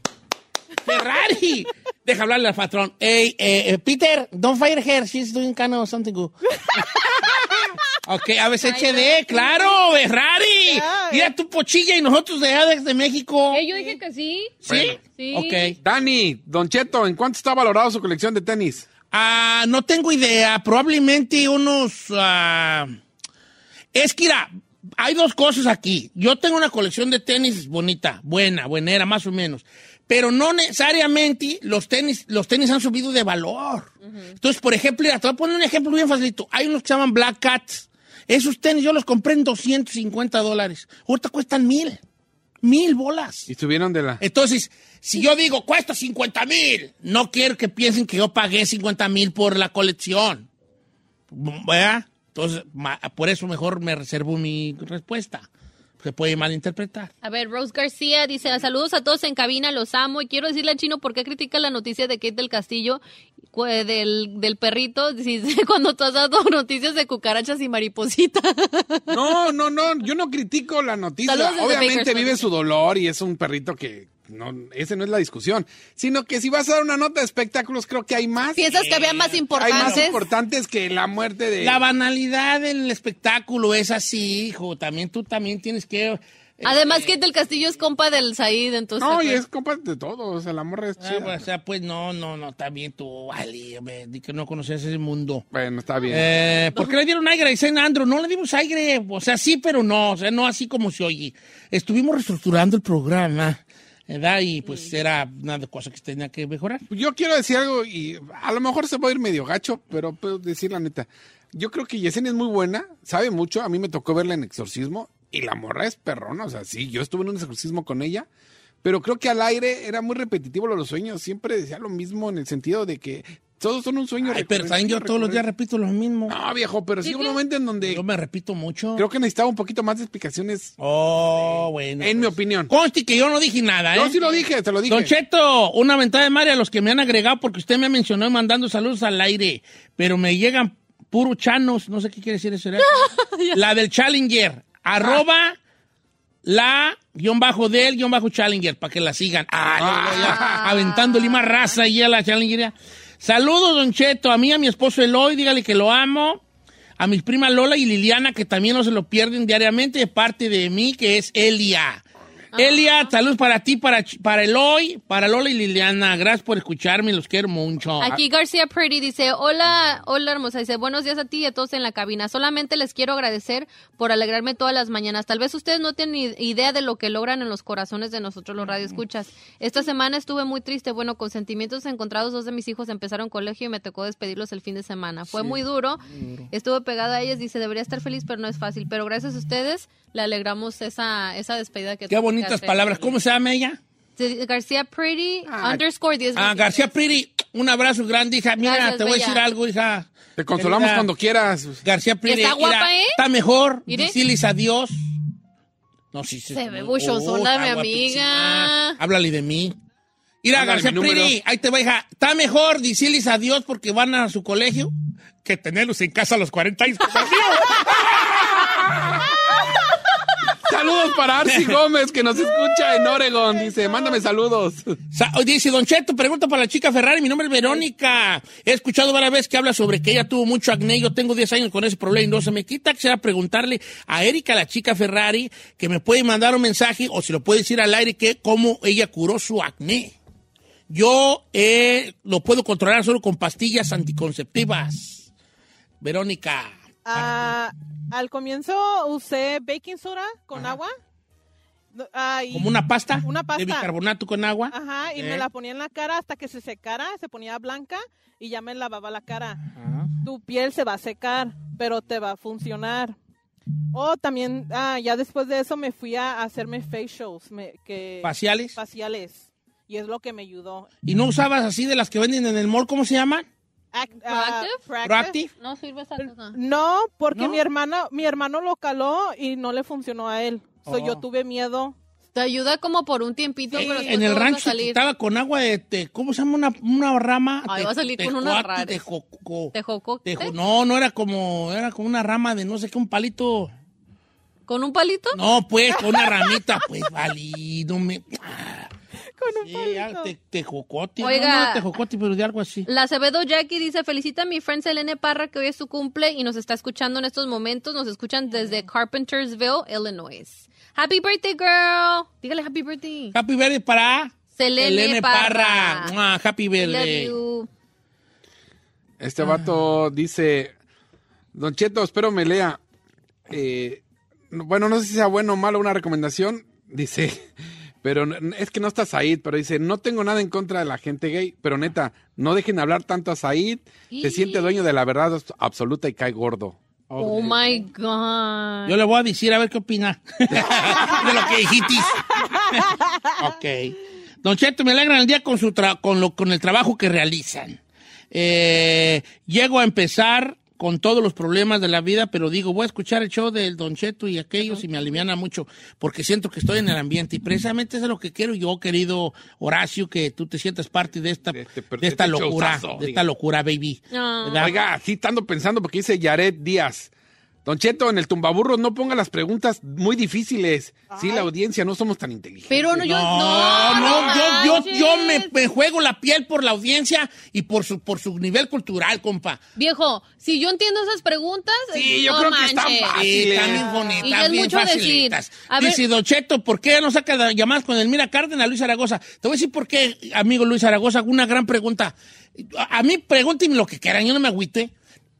[SPEAKER 1] Ferrari. Deja hablarle al patrón. Hey, eh, eh, Peter, don't fire her. She's doing kind of something good. ok, ABCHD, claro, Ferrari. Mira tu pochilla y nosotros de Adex de México.
[SPEAKER 2] Eh, Yo dije que sí. Sí.
[SPEAKER 1] Ok.
[SPEAKER 3] Dani, Don Cheto, ¿en cuánto está valorado su colección de tenis?
[SPEAKER 1] Ah, no tengo idea. Probablemente unos. ah, es que mira, hay dos cosas aquí. Yo tengo una colección de tenis bonita, buena, buenera, más o menos. Pero no necesariamente los tenis, los tenis han subido de valor. Entonces, por ejemplo, mira, te voy a poner un ejemplo bien facilito. Hay unos que se llaman Black Cats. Esos tenis yo los compré en 250 dólares. Ahorita cuestan mil. Mil bolas.
[SPEAKER 3] Y subieron de la...
[SPEAKER 1] Entonces, si yo digo cuesta 50 mil, no quiero que piensen que yo pagué 50 mil por la colección. ¿Verdad? Entonces, ma- por eso mejor me reservo mi respuesta. Se puede malinterpretar.
[SPEAKER 2] A ver, Rose García dice, "Ah, saludos a todos en cabina, los amo. Y quiero decirle a Chino por qué critica la noticia de Kate del Castillo, cu- eh, del, del perrito, dice, cuando tú has dado noticias de cucarachas y maripositas.
[SPEAKER 3] No, no, no, yo no critico la noticia.
[SPEAKER 2] Saludos desde
[SPEAKER 3] Obviamente
[SPEAKER 2] Bakersfield.
[SPEAKER 3] vive su dolor y es un perrito que no, ese no es la discusión, sino que si vas a dar una nota de espectáculos creo que hay más.
[SPEAKER 2] Piensas que había más
[SPEAKER 3] Hay más
[SPEAKER 2] importantes.
[SPEAKER 3] importantes que la muerte de
[SPEAKER 1] La banalidad del espectáculo es así, hijo. También tú también tienes que... eh,
[SPEAKER 2] Además, Kate del Castillo es compa del Said, entonces...
[SPEAKER 3] No,
[SPEAKER 2] pues,
[SPEAKER 3] y es compa de todos, o sea, la morra es
[SPEAKER 1] ah,
[SPEAKER 3] chida.
[SPEAKER 1] pues, o sea, pues no, no, no, también tú, vale, hombre, di que no conoces ese mundo.
[SPEAKER 3] Bueno, está bien.
[SPEAKER 1] Eh, ¿Por qué le dieron aire a Isen Andro? No le dimos aire, o sea, sí, pero no, o sea, no así como se oye. Estuvimos reestructurando el programa, ¿verdad? Y pues era una de cosas que tenía que mejorar.
[SPEAKER 3] Yo quiero decir algo y a lo mejor se va a ir medio gacho, pero puedo decir la neta. Yo creo que Yesenia es muy buena, sabe mucho. A mí me tocó verla en Exorcismo y la morra es perrona. O sea, sí, yo estuve en un Exorcismo con ella, pero creo que al aire era muy repetitivo lo de los sueños. Siempre decía lo mismo en el sentido de que todos son un sueño.
[SPEAKER 1] Ay, pero
[SPEAKER 3] recurrente,
[SPEAKER 1] también yo todos los días
[SPEAKER 3] recurrente.
[SPEAKER 1] repito lo mismo.
[SPEAKER 3] No, viejo, pero sí hubo un momento en donde
[SPEAKER 1] Yo me repito mucho.
[SPEAKER 3] creo que necesitaba un poquito más de explicaciones,
[SPEAKER 1] Oh, bueno.
[SPEAKER 3] en mi opinión.
[SPEAKER 1] Conste que yo no dije nada, ¿eh?
[SPEAKER 3] Yo sí lo dije, te lo dije.
[SPEAKER 1] Don Cheto, una ventana de madre a los que me han agregado porque usted me mencionó mandando saludos al aire, pero me llegan puro chanos, no sé qué quiere decir eso. ¿verdad? la del Challenger, arroba la guión bajo del guión bajo Challenger, para que la sigan. Ah, no, no, ya, aventándole más raza y a la Challenger. ya. Saludos, Don Cheto, a mí, a mi esposo Eloy, dígale que lo amo. A mis primas Lola y Liliana, que también no se lo pierden diariamente, de parte de mí, que es Elia.
[SPEAKER 2] Ah.
[SPEAKER 1] Elia, salud para ti, para, Ch- para Eloy, para Lola y Liliana. Gracias por escucharme, los quiero mucho.
[SPEAKER 2] Aquí García Pretty dice, hola, hola hermosa, dice, buenos días a ti y a todos en la cabina. Solamente les quiero agradecer por alegrarme todas las mañanas. Tal vez ustedes no tienen ni idea de lo que logran en los corazones de nosotros
[SPEAKER 1] Mm.
[SPEAKER 2] los radioescuchas. Esta semana estuve muy triste, bueno, con sentimientos encontrados, dos de mis hijos empezaron colegio y me tocó despedirlos el fin de semana. Fue muy duro, estuve pegada a ellas, dice, debería estar feliz, pero no es fácil. Pero gracias a ustedes le alegramos esa, esa despedida que
[SPEAKER 1] Qué
[SPEAKER 2] tuviste
[SPEAKER 1] bonitas
[SPEAKER 2] hace-
[SPEAKER 1] palabras. ¿Cómo se llama ella?
[SPEAKER 2] Sí, García Pretty, underscore 10.
[SPEAKER 1] Ah, García Piri, un abrazo grande, hija. Mira,
[SPEAKER 2] Gracias,
[SPEAKER 1] te voy
[SPEAKER 2] bella.
[SPEAKER 1] a decir algo, hija.
[SPEAKER 3] Te consolamos
[SPEAKER 1] Mira,
[SPEAKER 3] cuando quieras.
[SPEAKER 1] García Piri.
[SPEAKER 2] Está guapa, ¿eh?
[SPEAKER 1] Está mejor.
[SPEAKER 2] Mire.
[SPEAKER 1] Diciles adiós. No, sí, sí.
[SPEAKER 2] Se ve buchonzona,
[SPEAKER 1] está
[SPEAKER 2] mi
[SPEAKER 1] guapísima.
[SPEAKER 2] amiga.
[SPEAKER 1] Háblale de mí. Mira,
[SPEAKER 3] Háblale
[SPEAKER 1] García
[SPEAKER 3] mi número.
[SPEAKER 1] Piri, ahí te va, hija. Está mejor decirles adiós porque van a su colegio que tenerlos en casa a los 40 años. como el mío.
[SPEAKER 3] Saludos para Arcy Gómez, que nos escucha en Oregon. Dice, mándame saludos.
[SPEAKER 1] Sa- Dice, Don Cheto, pregunta para la chica Ferrari, mi nombre es Verónica. He escuchado varias veces que habla sobre que ella tuvo mucho acné, yo tengo 10 años con ese problema y no se me quita. Quisiera preguntarle a Erika, la chica Ferrari, que me puede mandar un mensaje o si lo puede decir al aire, que cómo ella curó su acné. Yo eh, lo puedo controlar solo con pastillas anticonceptivas. Verónica.
[SPEAKER 4] Ah, al comienzo usé baking soda con agua. No, ah, y-
[SPEAKER 1] Como una pasta,
[SPEAKER 4] Una
[SPEAKER 1] de
[SPEAKER 4] pasta.
[SPEAKER 1] bicarbonato con agua.
[SPEAKER 4] Ajá, y
[SPEAKER 1] Eh.
[SPEAKER 4] me la ponía en la cara hasta que se secara, se ponía blanca y ya me lavaba la cara. Tu piel se va a secar, pero te va a funcionar. O también, ah, ya después de eso me fui a hacerme facials. Me, que,
[SPEAKER 1] Faciales.
[SPEAKER 4] Faciales. Y es lo que me ayudó.
[SPEAKER 1] Y no usabas así de las que venden en el mall, ¿cómo se llaman?
[SPEAKER 4] Ac- ah,
[SPEAKER 2] ¿Proactive?
[SPEAKER 1] Proactive.
[SPEAKER 2] No sirve esa cosa.
[SPEAKER 4] No, porque
[SPEAKER 1] ¿No?
[SPEAKER 4] mi hermana, mi hermano lo caló y no le funcionó a él. So, yo
[SPEAKER 1] Oh.
[SPEAKER 4] tuve miedo.
[SPEAKER 2] Te ayuda como por un tiempito,
[SPEAKER 1] Sí,
[SPEAKER 2] pero después
[SPEAKER 1] Eh, en
[SPEAKER 2] te
[SPEAKER 1] el
[SPEAKER 2] vuelve a
[SPEAKER 1] rancho se
[SPEAKER 2] salir.
[SPEAKER 1] quitaba con agua de, te- ¿cómo se llama? Una, una rama.
[SPEAKER 2] Ay,
[SPEAKER 1] te-
[SPEAKER 2] va a salir con
[SPEAKER 1] tecuate,
[SPEAKER 2] unas raras.
[SPEAKER 1] tejoco-
[SPEAKER 2] Te jocó.
[SPEAKER 1] tejo- no, no era como, era como una rama de no sé qué, un palito.
[SPEAKER 2] ¿Con un palito?
[SPEAKER 1] No, pues, con una ramita, pues, valido, me... ah.
[SPEAKER 4] con un
[SPEAKER 1] Sí, ya, te, tejocote.
[SPEAKER 2] Oiga.
[SPEAKER 1] No, no, tejocote, pero de algo así.
[SPEAKER 2] La Acevedo Jackie dice, felicita a mi friend Selene Parra que hoy es su cumple y nos está escuchando en estos momentos. Nos escuchan desde Carpentersville, Illinois. Happy birthday, girl. Dígale happy birthday.
[SPEAKER 1] Happy Verde para
[SPEAKER 2] Selene
[SPEAKER 1] Elene Parra.
[SPEAKER 2] Parra.
[SPEAKER 1] Mua, Happy
[SPEAKER 2] Love
[SPEAKER 1] Verde.
[SPEAKER 2] you.
[SPEAKER 3] Este vato dice, Don Cheto, espero me lea. Eh, no- bueno, no sé si sea bueno o malo una recomendación, dice, pero n- es que no está Said, pero dice, no tengo nada en contra de la gente gay, pero neta, no dejen hablar tanto a Said, se
[SPEAKER 2] Y-
[SPEAKER 3] siente dueño de la verdad abs- absoluta y cae gordo.
[SPEAKER 2] Oh, my God.
[SPEAKER 1] Yo le voy a decir a ver qué opina de lo que dijiste. ok. Don Cheto, me alegran el día con, su tra- con, lo- con el trabajo que realizan. Eh, llego a empezar con todos los problemas de la vida, pero digo, voy a escuchar el show del Don Cheto y aquellos y me aliviana mucho, porque siento que estoy en el ambiente. Y precisamente eso es lo que quiero yo, querido Horacio, que tú te sientas parte de esta, de esta
[SPEAKER 3] este
[SPEAKER 1] locura,
[SPEAKER 3] showzazo,
[SPEAKER 1] de esta
[SPEAKER 3] diga.
[SPEAKER 1] locura, baby.
[SPEAKER 2] Ah.
[SPEAKER 1] ¿Verdad?
[SPEAKER 3] Oiga, así estando pensando porque dice Yaret Díaz. Don Cheto, en el tumbaburro no ponga las preguntas muy difíciles. Sí, la audiencia, no somos tan inteligentes.
[SPEAKER 2] Pero no, yo no.
[SPEAKER 1] no, yo, yo, yo me,
[SPEAKER 2] manches.
[SPEAKER 1] me juego la piel por la audiencia y por su, por su nivel cultural, compa.
[SPEAKER 2] Viejo, si yo entiendo esas preguntas,
[SPEAKER 3] Sí, yo
[SPEAKER 2] no
[SPEAKER 3] creo que están
[SPEAKER 2] manches.
[SPEAKER 1] Sí,
[SPEAKER 3] fáciles.
[SPEAKER 1] están bien
[SPEAKER 2] Y ya
[SPEAKER 1] bonitas,
[SPEAKER 2] es
[SPEAKER 1] bien
[SPEAKER 2] mucho
[SPEAKER 1] facilitas.
[SPEAKER 2] decir. A ver-
[SPEAKER 1] Dice Don Cheto, ¿por qué no saca la- llamadas con Elmira Cárdenas, Luis Zaragoza? Te voy a decir por qué, amigo Luis Zaragoza, una gran pregunta. A, a mí pregúntenme lo que quieran, yo no me agüite.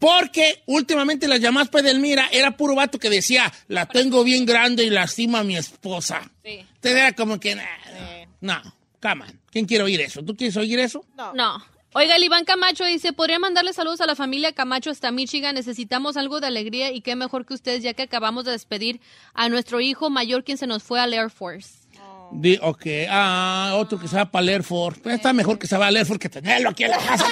[SPEAKER 1] Porque últimamente las llamadas para Elmira era puro vato que decía, la tengo bien grande y lastima a mi esposa.
[SPEAKER 2] Sí.
[SPEAKER 1] Te era como que, nah, eh, no, come on. ¿Quién quiere oír eso? ¿Tú quieres oír eso?
[SPEAKER 4] No.
[SPEAKER 2] No. Oiga, el Iván Camacho dice, ¿podría mandarle saludos a la familia Camacho hasta Michigan? Necesitamos algo de alegría y qué mejor que ustedes ya que acabamos de despedir a nuestro hijo mayor quien se nos fue al Air Force.
[SPEAKER 1] Di, ok, ah, otro que se va para el Air Force. Pues Está mejor que se va al Air Force que tenerlo aquí en la casa.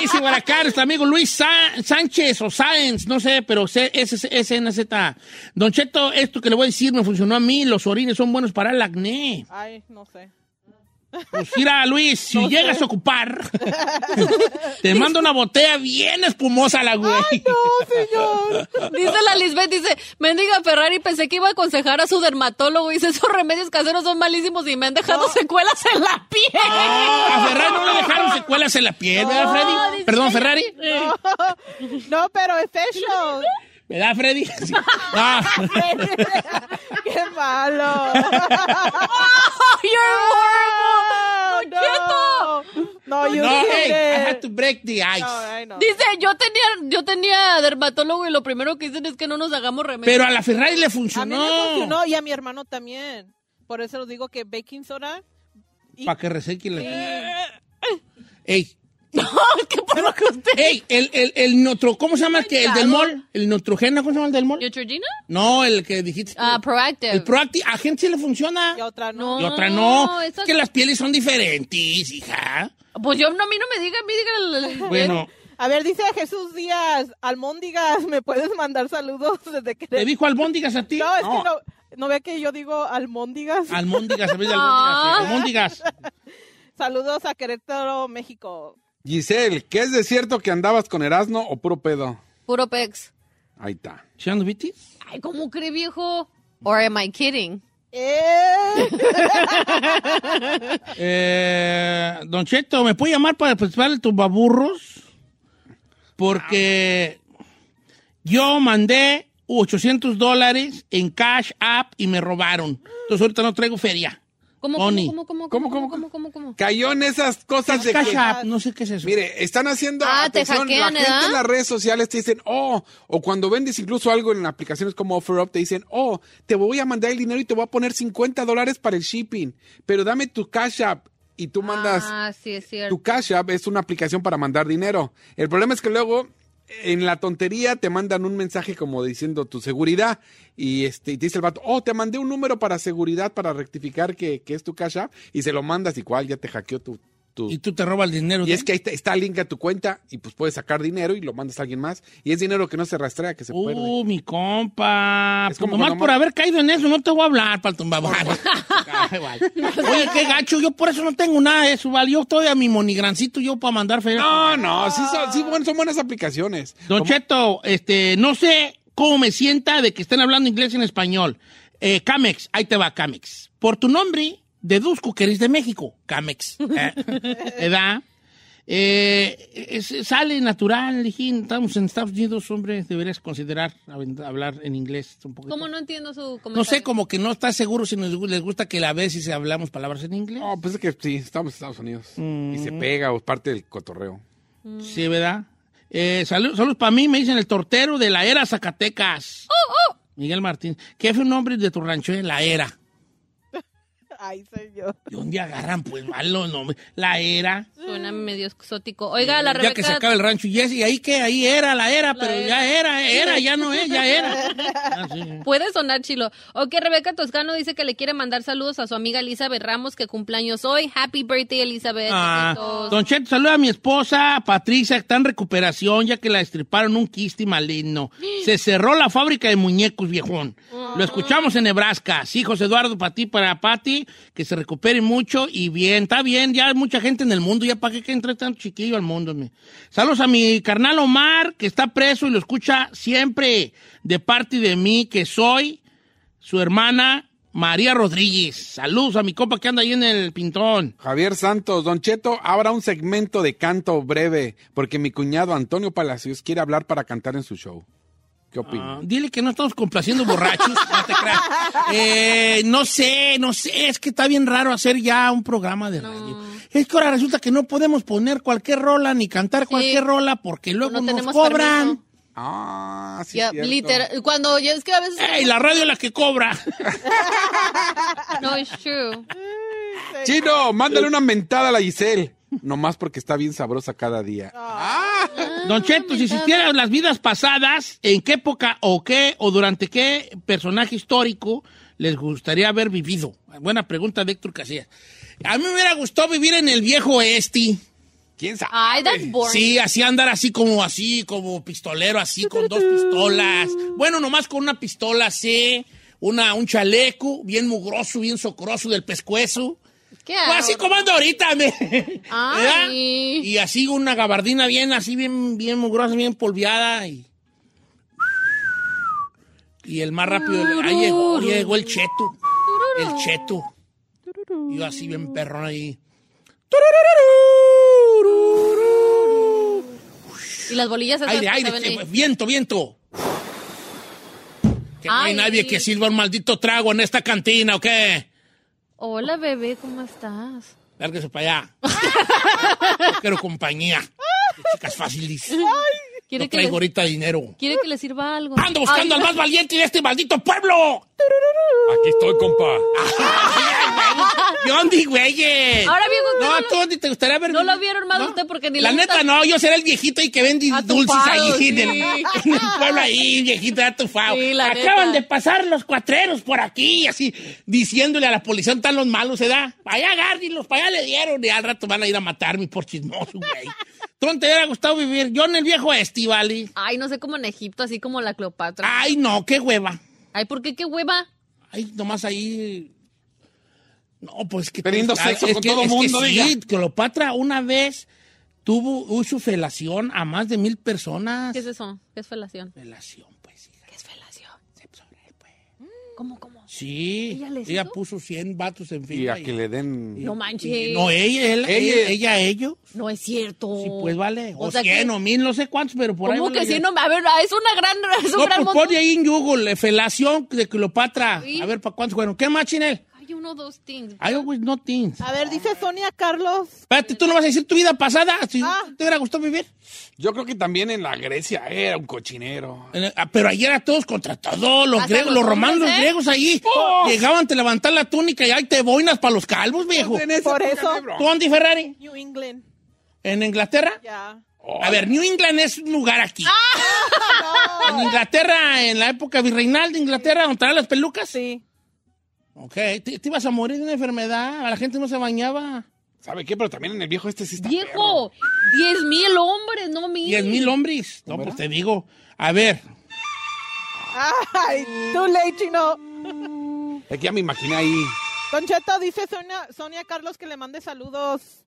[SPEAKER 1] Dice para acá nuestro amigo Luis Sa- Sánchez o Sáenz, no sé, pero Z. Don Cheto, esto que le voy a decir me funcionó a mí. Los orines son buenos para el acné.
[SPEAKER 4] Ay, no sé.
[SPEAKER 1] Pues mira, Luis, si llegas a ocupar, te mando una botella bien espumosa a la güey.
[SPEAKER 4] No, señor.
[SPEAKER 2] Dice la Lisbeth, dice, mendiga Ferrari, pensé que iba a aconsejar a su dermatólogo. Dice, esos remedios caseros son malísimos y me han dejado secuelas en la piel.
[SPEAKER 1] Ah, a Ferrari no le dejaron secuelas en la piel, ¿verdad, Freddy?
[SPEAKER 2] dice
[SPEAKER 1] Perdón,
[SPEAKER 2] ella.
[SPEAKER 1] Ferrari.
[SPEAKER 4] No, pero es eso.
[SPEAKER 1] ¿Verdad, Freddy? Sí. Ah.
[SPEAKER 4] Qué malo.
[SPEAKER 2] Oh, you're horrible.
[SPEAKER 4] Ah, No, no. No, you
[SPEAKER 1] No,
[SPEAKER 4] did
[SPEAKER 1] hey, I
[SPEAKER 4] it.
[SPEAKER 1] had to break the ice.
[SPEAKER 4] No, ay, no.
[SPEAKER 2] Dice, yo tenía, yo tenía dermatólogo y lo primero que dicen es que no nos hagamos remedios.
[SPEAKER 1] Pero a la Ferrari le
[SPEAKER 4] A mí
[SPEAKER 1] funcionó.
[SPEAKER 4] me funcionó y a mi hermano también. Por eso les digo que baking soda. y-
[SPEAKER 1] Para que reseque la. Ey,
[SPEAKER 2] ¿Qué por lo que usted?
[SPEAKER 1] ey, el, el, el notro, ¿cómo se llama el que? El del mall. El notrogena, ¿cómo se llama el del mall?
[SPEAKER 2] ¿Neutrogena?
[SPEAKER 1] No, el que dijiste. tú.
[SPEAKER 2] Ah, Proactive.
[SPEAKER 1] El Proactive, a gente sí le funciona.
[SPEAKER 4] Y a otra pues. no.
[SPEAKER 2] No.
[SPEAKER 1] Y otra no.
[SPEAKER 2] No,
[SPEAKER 1] Es
[SPEAKER 2] esas-
[SPEAKER 1] que las pieles son diferentes, hija.
[SPEAKER 2] Pues yo, no, a mí no me diga, a mí diga el- el-
[SPEAKER 1] Bueno,
[SPEAKER 4] A ver, dice Jesús Díaz, Almóndigas, ¿me puedes mandar saludos desde que...
[SPEAKER 1] ¿te dijo albóndigas a ti?
[SPEAKER 4] No, es que no, no ve que yo digo Almóndigas.
[SPEAKER 1] Almóndigas, a veces
[SPEAKER 2] Ah.
[SPEAKER 1] albóndigas. sí, Albóndigas.
[SPEAKER 4] Saludos a Querétaro, México.
[SPEAKER 3] Giselle, ¿qué es de cierto que andabas con Erasno o puro pedo?
[SPEAKER 2] puro pex.
[SPEAKER 3] Ahí está.
[SPEAKER 1] ¿Sí ando, Viti?
[SPEAKER 2] Ay, ¿cómo cree, viejo? Or am I kidding?
[SPEAKER 4] Eh,
[SPEAKER 1] Eh, don Cheto, ¿me puede llamar para participar en Tumbaburros? Porque yo mandé 800 dólares en Cash App y me robaron. Entonces ahorita no traigo feria.
[SPEAKER 2] ¿Cómo,
[SPEAKER 1] Tony.
[SPEAKER 2] cómo, cómo,
[SPEAKER 3] ¿Cómo,
[SPEAKER 2] cómo,
[SPEAKER 3] cómo,
[SPEAKER 2] cómo, cómo, cómo, cómo?
[SPEAKER 3] Cayó en esas cosas de
[SPEAKER 1] Cash
[SPEAKER 3] que...
[SPEAKER 1] App, no sé qué es eso.
[SPEAKER 3] Mire, están haciendo...
[SPEAKER 2] Ah, te
[SPEAKER 3] atención,
[SPEAKER 2] hackean,
[SPEAKER 3] La gente
[SPEAKER 2] ¿verdad?
[SPEAKER 3] en las redes sociales te dicen, oh, o cuando vendes incluso algo en aplicaciones como OfferUp, te dicen, oh, te voy a mandar el dinero y te voy a poner 50 dólares para el shipping, pero dame tu Cash App y tú mandas...
[SPEAKER 2] Ah, sí, es cierto.
[SPEAKER 3] Tu Cash App es una aplicación para mandar dinero. El problema es que luego en la tontería te mandan un mensaje como diciendo tu seguridad y este y te dice el vato, oh, te mandé un número para seguridad para rectificar que, que es tu Cash App y se lo mandas y cuál ya te hackeó tu... tu-
[SPEAKER 1] Y tú te robas el dinero.
[SPEAKER 3] y
[SPEAKER 1] de-
[SPEAKER 3] es que ahí te- está el link a tu cuenta y pues puedes sacar dinero y lo mandas a alguien más y es dinero que no se rastrea, que se pierde.
[SPEAKER 1] Uh, mi compa. Pues
[SPEAKER 3] Es como
[SPEAKER 1] nomás
[SPEAKER 3] cuando
[SPEAKER 1] por
[SPEAKER 3] ma-
[SPEAKER 1] haber caído en eso, no te voy a hablar para el tumbaburros. Ay, vale. Oye, qué gacho, yo por eso no tengo nada de eso, ¿vale? Yo estoy a mi monigrancito yo para mandar feria.
[SPEAKER 3] No, no, sí, son, sí, bueno, son buenas aplicaciones.
[SPEAKER 1] Don
[SPEAKER 3] Como-
[SPEAKER 1] Cheto, este, no sé cómo me sienta de que estén hablando inglés en español. Eh, Camex, ahí te va, Camex. Por tu nombre, Deduzco que eres de México, Camex. Eh, ¿Edad? Eh, es- sale natural, Lijín. Estamos en Estados Unidos, hombre. Deberías considerar hab- hablar en inglés un poquito.
[SPEAKER 2] ¿Cómo no entiendo su comentario?
[SPEAKER 1] No sé, como que no estás seguro si nos, gu- les gusta que la veces hablamos palabras en inglés.
[SPEAKER 3] No, pues es que sí, estamos en Estados Unidos. Y se
[SPEAKER 1] Mm.
[SPEAKER 3] pega, o es parte del cotorreo.
[SPEAKER 1] Sí, ¿verdad? Eh, salud- saludos para mí, me dicen el tortero de la era Zacatecas. Miguel Martín. ¿Qué fue un hombre de tu rancho de la era?
[SPEAKER 4] Ay, soy yo.
[SPEAKER 1] Y un día agarran, pues, mal los nombres. La era.
[SPEAKER 2] Suena medio exótico. Oiga, la
[SPEAKER 1] ya
[SPEAKER 2] Rebeca...
[SPEAKER 1] que se acaba el rancho. Y, ese, y ahí que ahí era, la era, pero ya era, eh, era, ya no es, ya era. Ah,
[SPEAKER 2] Puede sonar chilo. Ok, Rebeca Toscano dice que le quiere mandar saludos a su amiga Elizabeth Ramos, que cumpleaños hoy. Happy birthday, Elizabeth.
[SPEAKER 1] Ah,
[SPEAKER 2] Besitos.
[SPEAKER 1] don Cheto, saluda a mi esposa Patricia, que está en recuperación ya que la estriparon un quiste maligno. Se cerró la fábrica de muñecos, viejón. Lo escuchamos en Nebraska. Sí, José Eduardo, para ti, para Pati, que se recupere mucho y bien. Está bien, ya hay mucha gente en el mundo, ya para qué que entre tanto chiquillo al mundo. me. Saludos a mi carnal Omar, que está preso y lo escucha siempre de parte de mí, que soy su hermana María Rodríguez. Saludos a mi compa que anda ahí en el pintón.
[SPEAKER 3] Javier Santos, Don Cheto, habrá un segmento de canto breve, porque mi cuñado Antonio Palacios quiere hablar para cantar en su show. ¿Qué opina?
[SPEAKER 1] Ah, dile que no estamos complaciendo borrachos. no, te creas. Eh, no sé, no sé. Es que está bien raro hacer ya un programa de radio. Es que ahora resulta que no podemos poner cualquier rola ni cantar cualquier rola porque luego
[SPEAKER 2] No
[SPEAKER 1] nos
[SPEAKER 2] tenemos
[SPEAKER 1] cobran.
[SPEAKER 3] Ah, sí.
[SPEAKER 2] Ya,
[SPEAKER 3] cierto.
[SPEAKER 2] literal. Cuando yo es que a veces.
[SPEAKER 1] ¡Ey, la radio es la que cobra!
[SPEAKER 2] No, it's true.
[SPEAKER 3] Chino, mándale una mentada a la Giselle. Nomás porque está bien sabrosa cada día.
[SPEAKER 2] Ah,
[SPEAKER 1] Don Cheto, si existieran las vidas pasadas, ¿en qué época o qué o durante qué personaje histórico les gustaría haber vivido? Buena pregunta de Héctor Casillas. A mí me hubiera gustado vivir en el viejo oeste.
[SPEAKER 3] ¿Quién sabe?
[SPEAKER 2] Ay, that's boring.
[SPEAKER 1] Sí, así andar así como así, como pistolero, así con dos pistolas. Bueno, nomás con una pistola así, una, un chaleco, bien mugroso, bien socroso del pescuezo.
[SPEAKER 2] ¿Qué
[SPEAKER 1] Pues así como ando ahorita, me. ¿Verdad?
[SPEAKER 2] Ay.
[SPEAKER 1] Y así una gabardina bien, así bien, bien mugrosa, bien polviada y. Y el más rápido, ahí llegó, llegó el cheto. El cheto. Y yo así bien perrón ahí.
[SPEAKER 2] Y las bolillas esas
[SPEAKER 1] Aire,
[SPEAKER 2] que
[SPEAKER 1] aire, pues.
[SPEAKER 2] saben
[SPEAKER 1] que-
[SPEAKER 2] ahí.
[SPEAKER 1] viento, viento. Que no hay
[SPEAKER 2] Ay.
[SPEAKER 1] nadie que sirva un maldito trago en esta cantina, ¿o qué?
[SPEAKER 2] Hola, bebé, ¿cómo estás?
[SPEAKER 1] Lárguese para allá. Yo quiero compañía. De Chicas fáciles.
[SPEAKER 2] ¿Quiere,
[SPEAKER 1] No
[SPEAKER 2] que le,
[SPEAKER 1] traigo ahorita dinero.
[SPEAKER 2] ¿Quiere que le sirva algo?
[SPEAKER 1] ¡Ando buscando
[SPEAKER 2] Ay,
[SPEAKER 1] al más valiente de este maldito pueblo!
[SPEAKER 3] Aquí estoy, compa.
[SPEAKER 1] ¡Yondi, güeyes!
[SPEAKER 2] Ahora, viejo, usted
[SPEAKER 1] No,
[SPEAKER 2] no
[SPEAKER 1] tú, ¿dónde te gustaría ver?
[SPEAKER 2] No lo vieron más usted porque ni le
[SPEAKER 1] La
[SPEAKER 2] gusta-
[SPEAKER 1] neta, no, yo seré el viejito ahí que vende dulces
[SPEAKER 2] Atufado,
[SPEAKER 1] ahí en, el,
[SPEAKER 2] sí.
[SPEAKER 1] en el pueblo ahí, viejito atufado.
[SPEAKER 2] Sí, la
[SPEAKER 1] Acaban
[SPEAKER 2] neta.
[SPEAKER 1] de pasar los cuatreros por aquí, así, diciéndole a la policía, están los malos, se da. Allá agárrenlos, para allá le dieron, y al rato van a ir a matarme por chismoso, güey. ¿Tú dónde te hubiera gustado vivir? Yo en el viejo este, ¿vale?
[SPEAKER 2] Ay, no sé, como en Egipto, así como la Cleopatra.
[SPEAKER 1] Ay, no, qué hueva.
[SPEAKER 2] Ay, ¿por qué qué hueva?
[SPEAKER 1] Ay, nomás ahí. No, pues que.
[SPEAKER 3] Teniendo
[SPEAKER 1] Ay,
[SPEAKER 3] sexo con todo
[SPEAKER 1] es
[SPEAKER 3] mundo, diga.
[SPEAKER 1] sí, Cleopatra una vez tuvo uso felación a más de mil personas.
[SPEAKER 2] ¿Qué es eso? ¿Qué es felación?
[SPEAKER 1] Felación, pues, hija.
[SPEAKER 2] ¿Qué es felación? Mm.
[SPEAKER 1] se sobre, pues.
[SPEAKER 2] ¿Cómo, cómo?
[SPEAKER 1] Sí.
[SPEAKER 2] ¿Ella les hizo?
[SPEAKER 1] puso 100 vatos en
[SPEAKER 3] Y
[SPEAKER 1] fila.
[SPEAKER 3] a que le den.
[SPEAKER 2] No
[SPEAKER 1] y-
[SPEAKER 2] manches.
[SPEAKER 1] No, ella, él,
[SPEAKER 3] Ella.
[SPEAKER 1] ella, ella, ellos.
[SPEAKER 2] No es cierto.
[SPEAKER 1] Sí, pues vale. O,
[SPEAKER 2] Oh. O sea
[SPEAKER 1] 100
[SPEAKER 2] que-
[SPEAKER 1] o 1000, no sé cuántos, pero por ahí.
[SPEAKER 2] ¿Cómo
[SPEAKER 1] vale
[SPEAKER 2] que
[SPEAKER 1] ya.
[SPEAKER 2] sí? No, a ver, ah, es una gran, es
[SPEAKER 1] No,
[SPEAKER 2] un gran
[SPEAKER 1] pues
[SPEAKER 2] montón.
[SPEAKER 1] ponle ahí en Google, eh, felación de Cleopatra.
[SPEAKER 2] Sí.
[SPEAKER 1] A ver, ¿para cuántos fueron? ¿Qué más, Chinel?
[SPEAKER 2] Hay uno, dos things.
[SPEAKER 1] I always no things.
[SPEAKER 2] Ah.
[SPEAKER 4] A ver, dice Sonia Carlos.
[SPEAKER 1] Espérate, ¿tú no vas a decir tu vida pasada? Si
[SPEAKER 4] Ah.
[SPEAKER 1] ¿Te hubiera gustado vivir?
[SPEAKER 3] Yo creo que también en la Grecia era un cochinero.
[SPEAKER 1] En el- ah, Pero ahí era todos contra todos, los
[SPEAKER 2] Hasta
[SPEAKER 1] griegos,
[SPEAKER 2] los
[SPEAKER 1] los romanos, los
[SPEAKER 2] hombres, ¿eh? Oh.
[SPEAKER 1] griegos ahí. Llegaban, te levantar la túnica y ahí te boinas para los calvos, viejo.
[SPEAKER 3] En esa
[SPEAKER 4] Por
[SPEAKER 3] época,
[SPEAKER 4] eso-
[SPEAKER 3] bro.
[SPEAKER 1] ¿Tú, Andy Ferrari?
[SPEAKER 4] New England.
[SPEAKER 1] ¿En Inglaterra?
[SPEAKER 4] Ya.
[SPEAKER 1] A ver, New England es un lugar aquí. En Inglaterra, en la época virreinal de Inglaterra, donde estaban las pelucas.
[SPEAKER 4] Sí.
[SPEAKER 1] Ok, te, te ibas a morir de una enfermedad, la gente no se bañaba.
[SPEAKER 3] ¿Sabe qué? Pero también en el viejo este sí está. perro.
[SPEAKER 2] Viejo, diez mil hombres, no mil.
[SPEAKER 1] Diez mil hombres. No, pues te digo. A ver,
[SPEAKER 4] Ay, too late, chino.
[SPEAKER 3] Es que ya me imaginé ahí.
[SPEAKER 4] Don Cheto dice Sonia, Sonia Carlos que le mande saludos.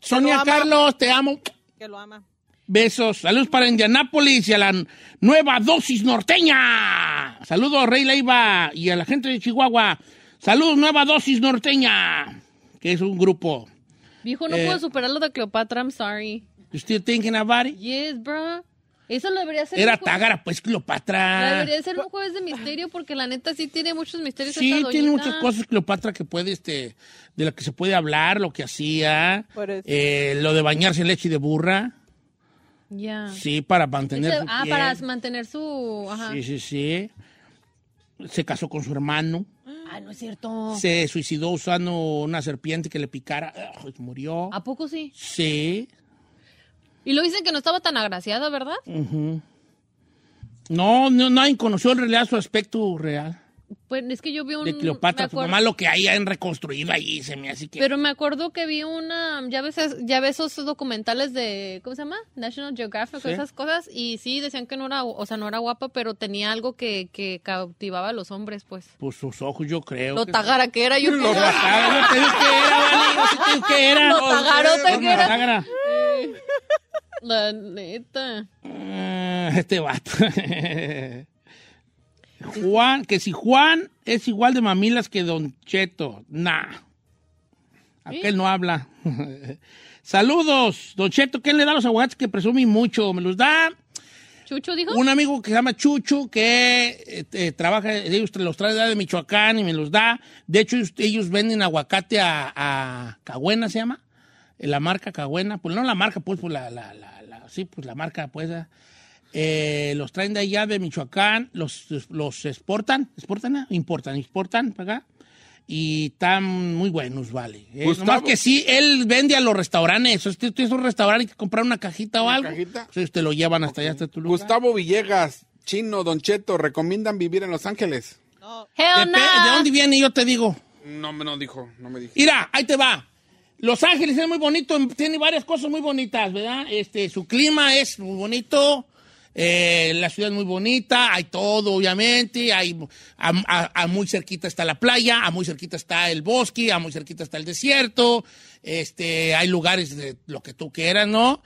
[SPEAKER 1] Sonia
[SPEAKER 4] ama.
[SPEAKER 1] Carlos, te amo.
[SPEAKER 4] Que lo ama.
[SPEAKER 1] Besos. Saludos para Indianápolis y a la nueva dosis norteña. Saludos, Rey Leiva y a la gente de Chihuahua. Saludos, nueva dosis norteña, que es un grupo.
[SPEAKER 2] Viejo, no
[SPEAKER 1] Eh.
[SPEAKER 2] puedo superar lo de Cleopatra, I'm sorry.
[SPEAKER 1] You still thinking about it?
[SPEAKER 2] Yes, bro. Eso lo debería ser.
[SPEAKER 1] Era
[SPEAKER 2] un jue-
[SPEAKER 1] Tágara, pues
[SPEAKER 2] lo
[SPEAKER 1] Cleopatra.
[SPEAKER 2] Debería ser un jueves de misterio porque la neta sí tiene muchos misterios.
[SPEAKER 1] Sí,
[SPEAKER 2] esta
[SPEAKER 1] tiene
[SPEAKER 2] doñita.
[SPEAKER 1] muchas cosas Cleopatra que puede, este, de las que se puede hablar, lo que hacía,
[SPEAKER 2] Por eso.
[SPEAKER 1] eh, lo de bañarse en leche de burra,
[SPEAKER 2] Ya.
[SPEAKER 1] sí, para mantener
[SPEAKER 2] Ah. Ese-
[SPEAKER 1] su
[SPEAKER 2] ah,
[SPEAKER 1] piel.
[SPEAKER 2] para mantener su. Ajá.
[SPEAKER 1] Sí, sí, sí. Se casó con su hermano,
[SPEAKER 2] Ah, no es cierto.
[SPEAKER 1] se suicidó usando una serpiente que le picara, Ugh, murió.
[SPEAKER 2] ¿A poco sí?
[SPEAKER 1] Sí.
[SPEAKER 2] Y lo dicen que no estaba tan agraciada, ¿verdad?
[SPEAKER 1] Mm. ujú. No, no, nadie conoció en realidad su aspecto real
[SPEAKER 2] Pues es que yo vi un.
[SPEAKER 1] de Cleopatra.
[SPEAKER 2] me
[SPEAKER 1] Su
[SPEAKER 2] acuer-
[SPEAKER 1] mamá lo que hayan reconstruido ahí, se me hace que...
[SPEAKER 2] Pero me acuerdo que vi una, ya ves, es- ya ves esos documentales de, ¿cómo se llama? National Geographic,
[SPEAKER 1] Sí.
[SPEAKER 2] esas cosas, y sí, decían que no era, o sea, no era guapa, pero tenía algo que, que cautivaba a los hombres, pues.
[SPEAKER 1] Pues sus ojos, yo creo.
[SPEAKER 2] Lo
[SPEAKER 1] que-
[SPEAKER 2] tagara que era, yo
[SPEAKER 1] Lo
[SPEAKER 2] creo.
[SPEAKER 1] tagara, yo te digo que era, vale, yo sí te digo que era.
[SPEAKER 2] Lo tagarota que era.
[SPEAKER 1] Tagara.
[SPEAKER 2] Sí. La neta.
[SPEAKER 1] Ah, Este vato. Juan, que si Juan es igual de mamilas que Don Cheto. Nah. Aquel no habla. Saludos, Don Cheto. ¿Quién le da los aguacates que presume mucho? Me los da
[SPEAKER 2] Chucho dijo.
[SPEAKER 1] un amigo que se llama Chucho, que eh, eh, trabaja, ellos los trae de Michoacán y me los da. De hecho, ellos, ellos venden aguacate a, a Cahuena, se llama. Eh, La marca Cahuena. Pues no la marca, pues, pues la, la, la, la- sí, pues la marca, pues. ah. Eh, los traen de allá de Michoacán, los, los exportan, exportan, ah? importan, exportan para acá. Y están muy buenos, vale. Eh,
[SPEAKER 3] Gustavo.
[SPEAKER 1] nomás que sí, él vende a los restaurantes. este, Esos, esos restaurantes hay que comprar una cajita o algo.
[SPEAKER 3] cajita? Pues
[SPEAKER 1] Entonces te lo llevan hasta allá, hasta tu lugar.
[SPEAKER 3] Gustavo Villegas, Chino, Don Cheto, ¿recomiendan vivir en Los Ángeles?
[SPEAKER 2] Hell
[SPEAKER 1] Depe-
[SPEAKER 2] no.
[SPEAKER 1] ¿De dónde viene? Yo te digo.
[SPEAKER 3] No me no dijo, no me dijo.
[SPEAKER 1] Mira, ahí te va. Los Ángeles es muy bonito, tiene varias cosas muy bonitas, ¿verdad? Este, su clima es muy bonito, eh, la ciudad es muy bonita, hay todo, obviamente, hay a, a- a muy cerquita está la playa, a muy cerquita está el bosque, a muy cerquita está el desierto, este, hay lugares de lo que tú quieras, ¿no?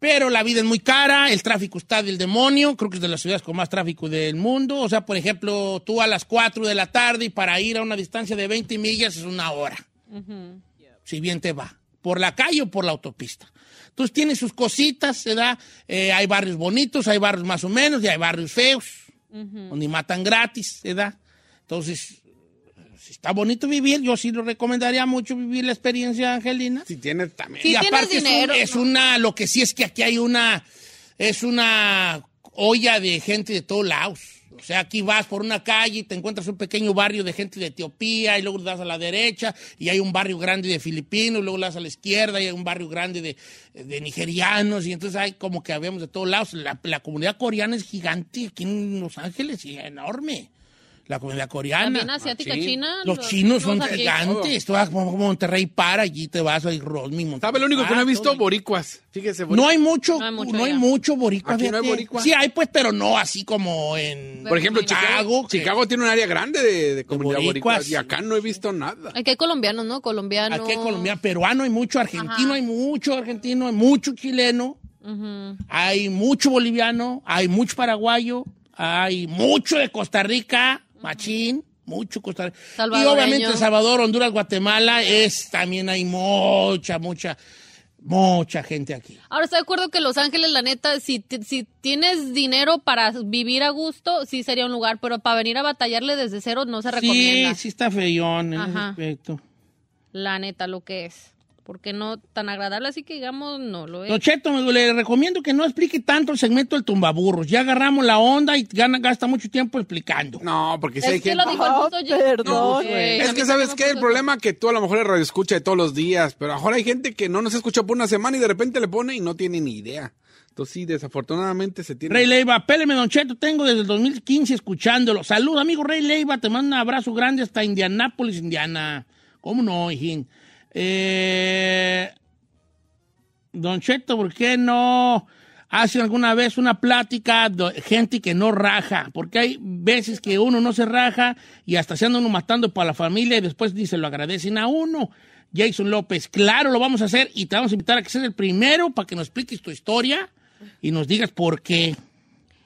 [SPEAKER 1] Pero la vida es muy cara, el tráfico está del demonio, creo que es de las ciudades con más tráfico del mundo. O sea, por ejemplo, tú a las 4 de la tarde y para ir a una distancia de 20 millas es una hora
[SPEAKER 2] Ujú.
[SPEAKER 1] si bien te va, por la calle o por la autopista. Entonces tiene sus cositas, se da, eh, hay barrios bonitos, hay barrios más o menos y hay barrios feos, donde matan gratis, se da. Entonces, si está bonito vivir, yo sí lo recomendaría mucho vivir la experiencia angelina.
[SPEAKER 3] Si tienes también.
[SPEAKER 2] Sí. Si
[SPEAKER 1] y
[SPEAKER 2] tienes
[SPEAKER 1] aparte es, un-
[SPEAKER 2] dinero,
[SPEAKER 1] es
[SPEAKER 2] no.
[SPEAKER 1] una, lo que sí es que aquí hay una, es una olla de gente de todos lados. O sea, aquí vas por una calle y te encuentras un pequeño barrio de gente de Etiopía y luego das a la derecha y hay un barrio grande de filipinos, luego das a la izquierda y hay un barrio grande de, de nigerianos y entonces hay como que habíamos de todos lados. La, la comunidad coreana es gigante aquí en Los Ángeles y enorme. La comunidad coreana.
[SPEAKER 2] También asiática,
[SPEAKER 3] Machín.
[SPEAKER 2] china.
[SPEAKER 1] Los, chinos son
[SPEAKER 2] asiáticos.
[SPEAKER 1] gigantes. Tú vas a Monterrey para allí, te vas a ir Rosmi, Monterrey.
[SPEAKER 3] ¿Sabe lo único que no he
[SPEAKER 1] Ah,
[SPEAKER 3] visto?
[SPEAKER 1] todo.
[SPEAKER 3] Boricuas. Fíjese,
[SPEAKER 1] No hay mucho,
[SPEAKER 2] No hay mucho
[SPEAKER 1] no hay
[SPEAKER 2] allá.
[SPEAKER 1] mucho boricua.
[SPEAKER 3] Aquí no hay
[SPEAKER 1] fíjate.
[SPEAKER 3] boricua.
[SPEAKER 1] Sí hay pues, pero no así como en
[SPEAKER 3] Por ejemplo,
[SPEAKER 2] Bueno,
[SPEAKER 3] Chicago.
[SPEAKER 1] que-
[SPEAKER 3] Chicago tiene un área grande de, de comunidad
[SPEAKER 1] boricuas.
[SPEAKER 3] boricuas y acá no he visto nada.
[SPEAKER 2] Aquí hay colombianos, ¿no? Colombianos.
[SPEAKER 1] Aquí hay colombiano, peruano hay mucho, argentino
[SPEAKER 2] Ajá.
[SPEAKER 1] hay mucho, argentino hay mucho chileno,
[SPEAKER 2] Ujú.
[SPEAKER 1] hay mucho boliviano, hay mucho paraguayo, hay mucho de Costa Rica, machín, mucho Costa Rica. Y
[SPEAKER 2] Salvadoreño.
[SPEAKER 1] obviamente El Salvador, Honduras, Guatemala, es también hay mucha, mucha, mucha gente aquí.
[SPEAKER 2] Ahora estoy de acuerdo que Los Ángeles, la neta, si, ti- si tienes dinero para vivir a gusto, sí sería un lugar, pero para venir a batallarle desde cero no se recomienda.
[SPEAKER 1] Sí, sí está feyón en ese
[SPEAKER 2] Ajá.
[SPEAKER 1] aspecto.
[SPEAKER 2] La neta, lo que es. Porque no tan agradable, así que digamos, no lo es.
[SPEAKER 1] Don Cheto, me- le recomiendo que no explique tanto el segmento del tumbaburros. Ya agarramos la onda y gana- gasta mucho tiempo explicando.
[SPEAKER 3] No, porque si hay
[SPEAKER 2] es que
[SPEAKER 3] gente.
[SPEAKER 2] lo dijo el puto
[SPEAKER 4] Ah,
[SPEAKER 2] Ye-
[SPEAKER 4] perdón,
[SPEAKER 2] Sí,
[SPEAKER 4] güey.
[SPEAKER 2] a
[SPEAKER 3] Es
[SPEAKER 2] mí
[SPEAKER 3] que
[SPEAKER 2] también
[SPEAKER 3] sabes
[SPEAKER 2] me
[SPEAKER 3] que el
[SPEAKER 2] puso-
[SPEAKER 3] problema que tú a lo mejor el radio escucha de todos los días, pero ahora hay gente que no nos escucha por una semana y de repente le pone y no tiene ni idea. Entonces sí, desafortunadamente se tiene.
[SPEAKER 1] Rey Leiva, péleme, Don Cheto, tengo desde el 2015 escuchándolo. Salud, amigo Rey Leiva, te mando un abrazo grande hasta Indianápolis, Indiana. ¿Cómo no, hijín? Eh, don Cheto, ¿por qué no hacen alguna vez una plática de gente que no raja? Porque hay veces que uno no se raja y hasta se anda uno matando para la familia y después ni se lo agradecen a uno. Jason López, claro, lo vamos a hacer y te vamos a invitar a que seas el primero para que nos expliques tu historia y nos digas por qué.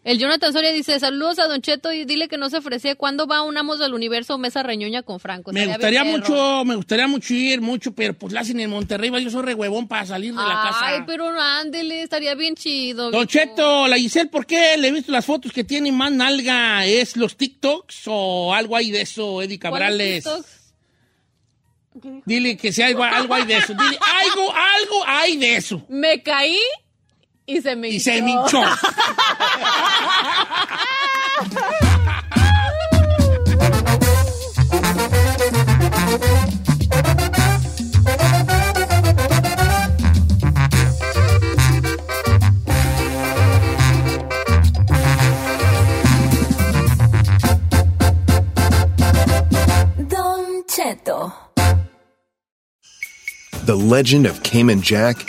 [SPEAKER 2] El Jonathan Soria dice, saludos a Don Cheto y dile que no se ofrece. ¿Cuándo va un Amos del Universo o Mesa Reñoña con Franco?
[SPEAKER 1] Me
[SPEAKER 2] Estaría
[SPEAKER 1] gustaría
[SPEAKER 2] bien perro.
[SPEAKER 1] mucho, me gustaría mucho ir, mucho, pero pues la hacen en Monterrey, va, yo soy re huevón para salir de la casa.
[SPEAKER 2] Ay, pero ándele, estaría bien chido.
[SPEAKER 1] Don Cheto, la Giselle, ¿por qué le he visto las fotos que tiene más nalga? ¿Es los TikToks o algo ahí de eso, Eddie Cabrales? Dile que sea algo, algo hay de eso. Dile, algo, algo hay de eso.
[SPEAKER 2] Me caí y se me
[SPEAKER 1] Y se me hinchó.
[SPEAKER 7] Don Cheto.
[SPEAKER 8] The legend of Cayman Jack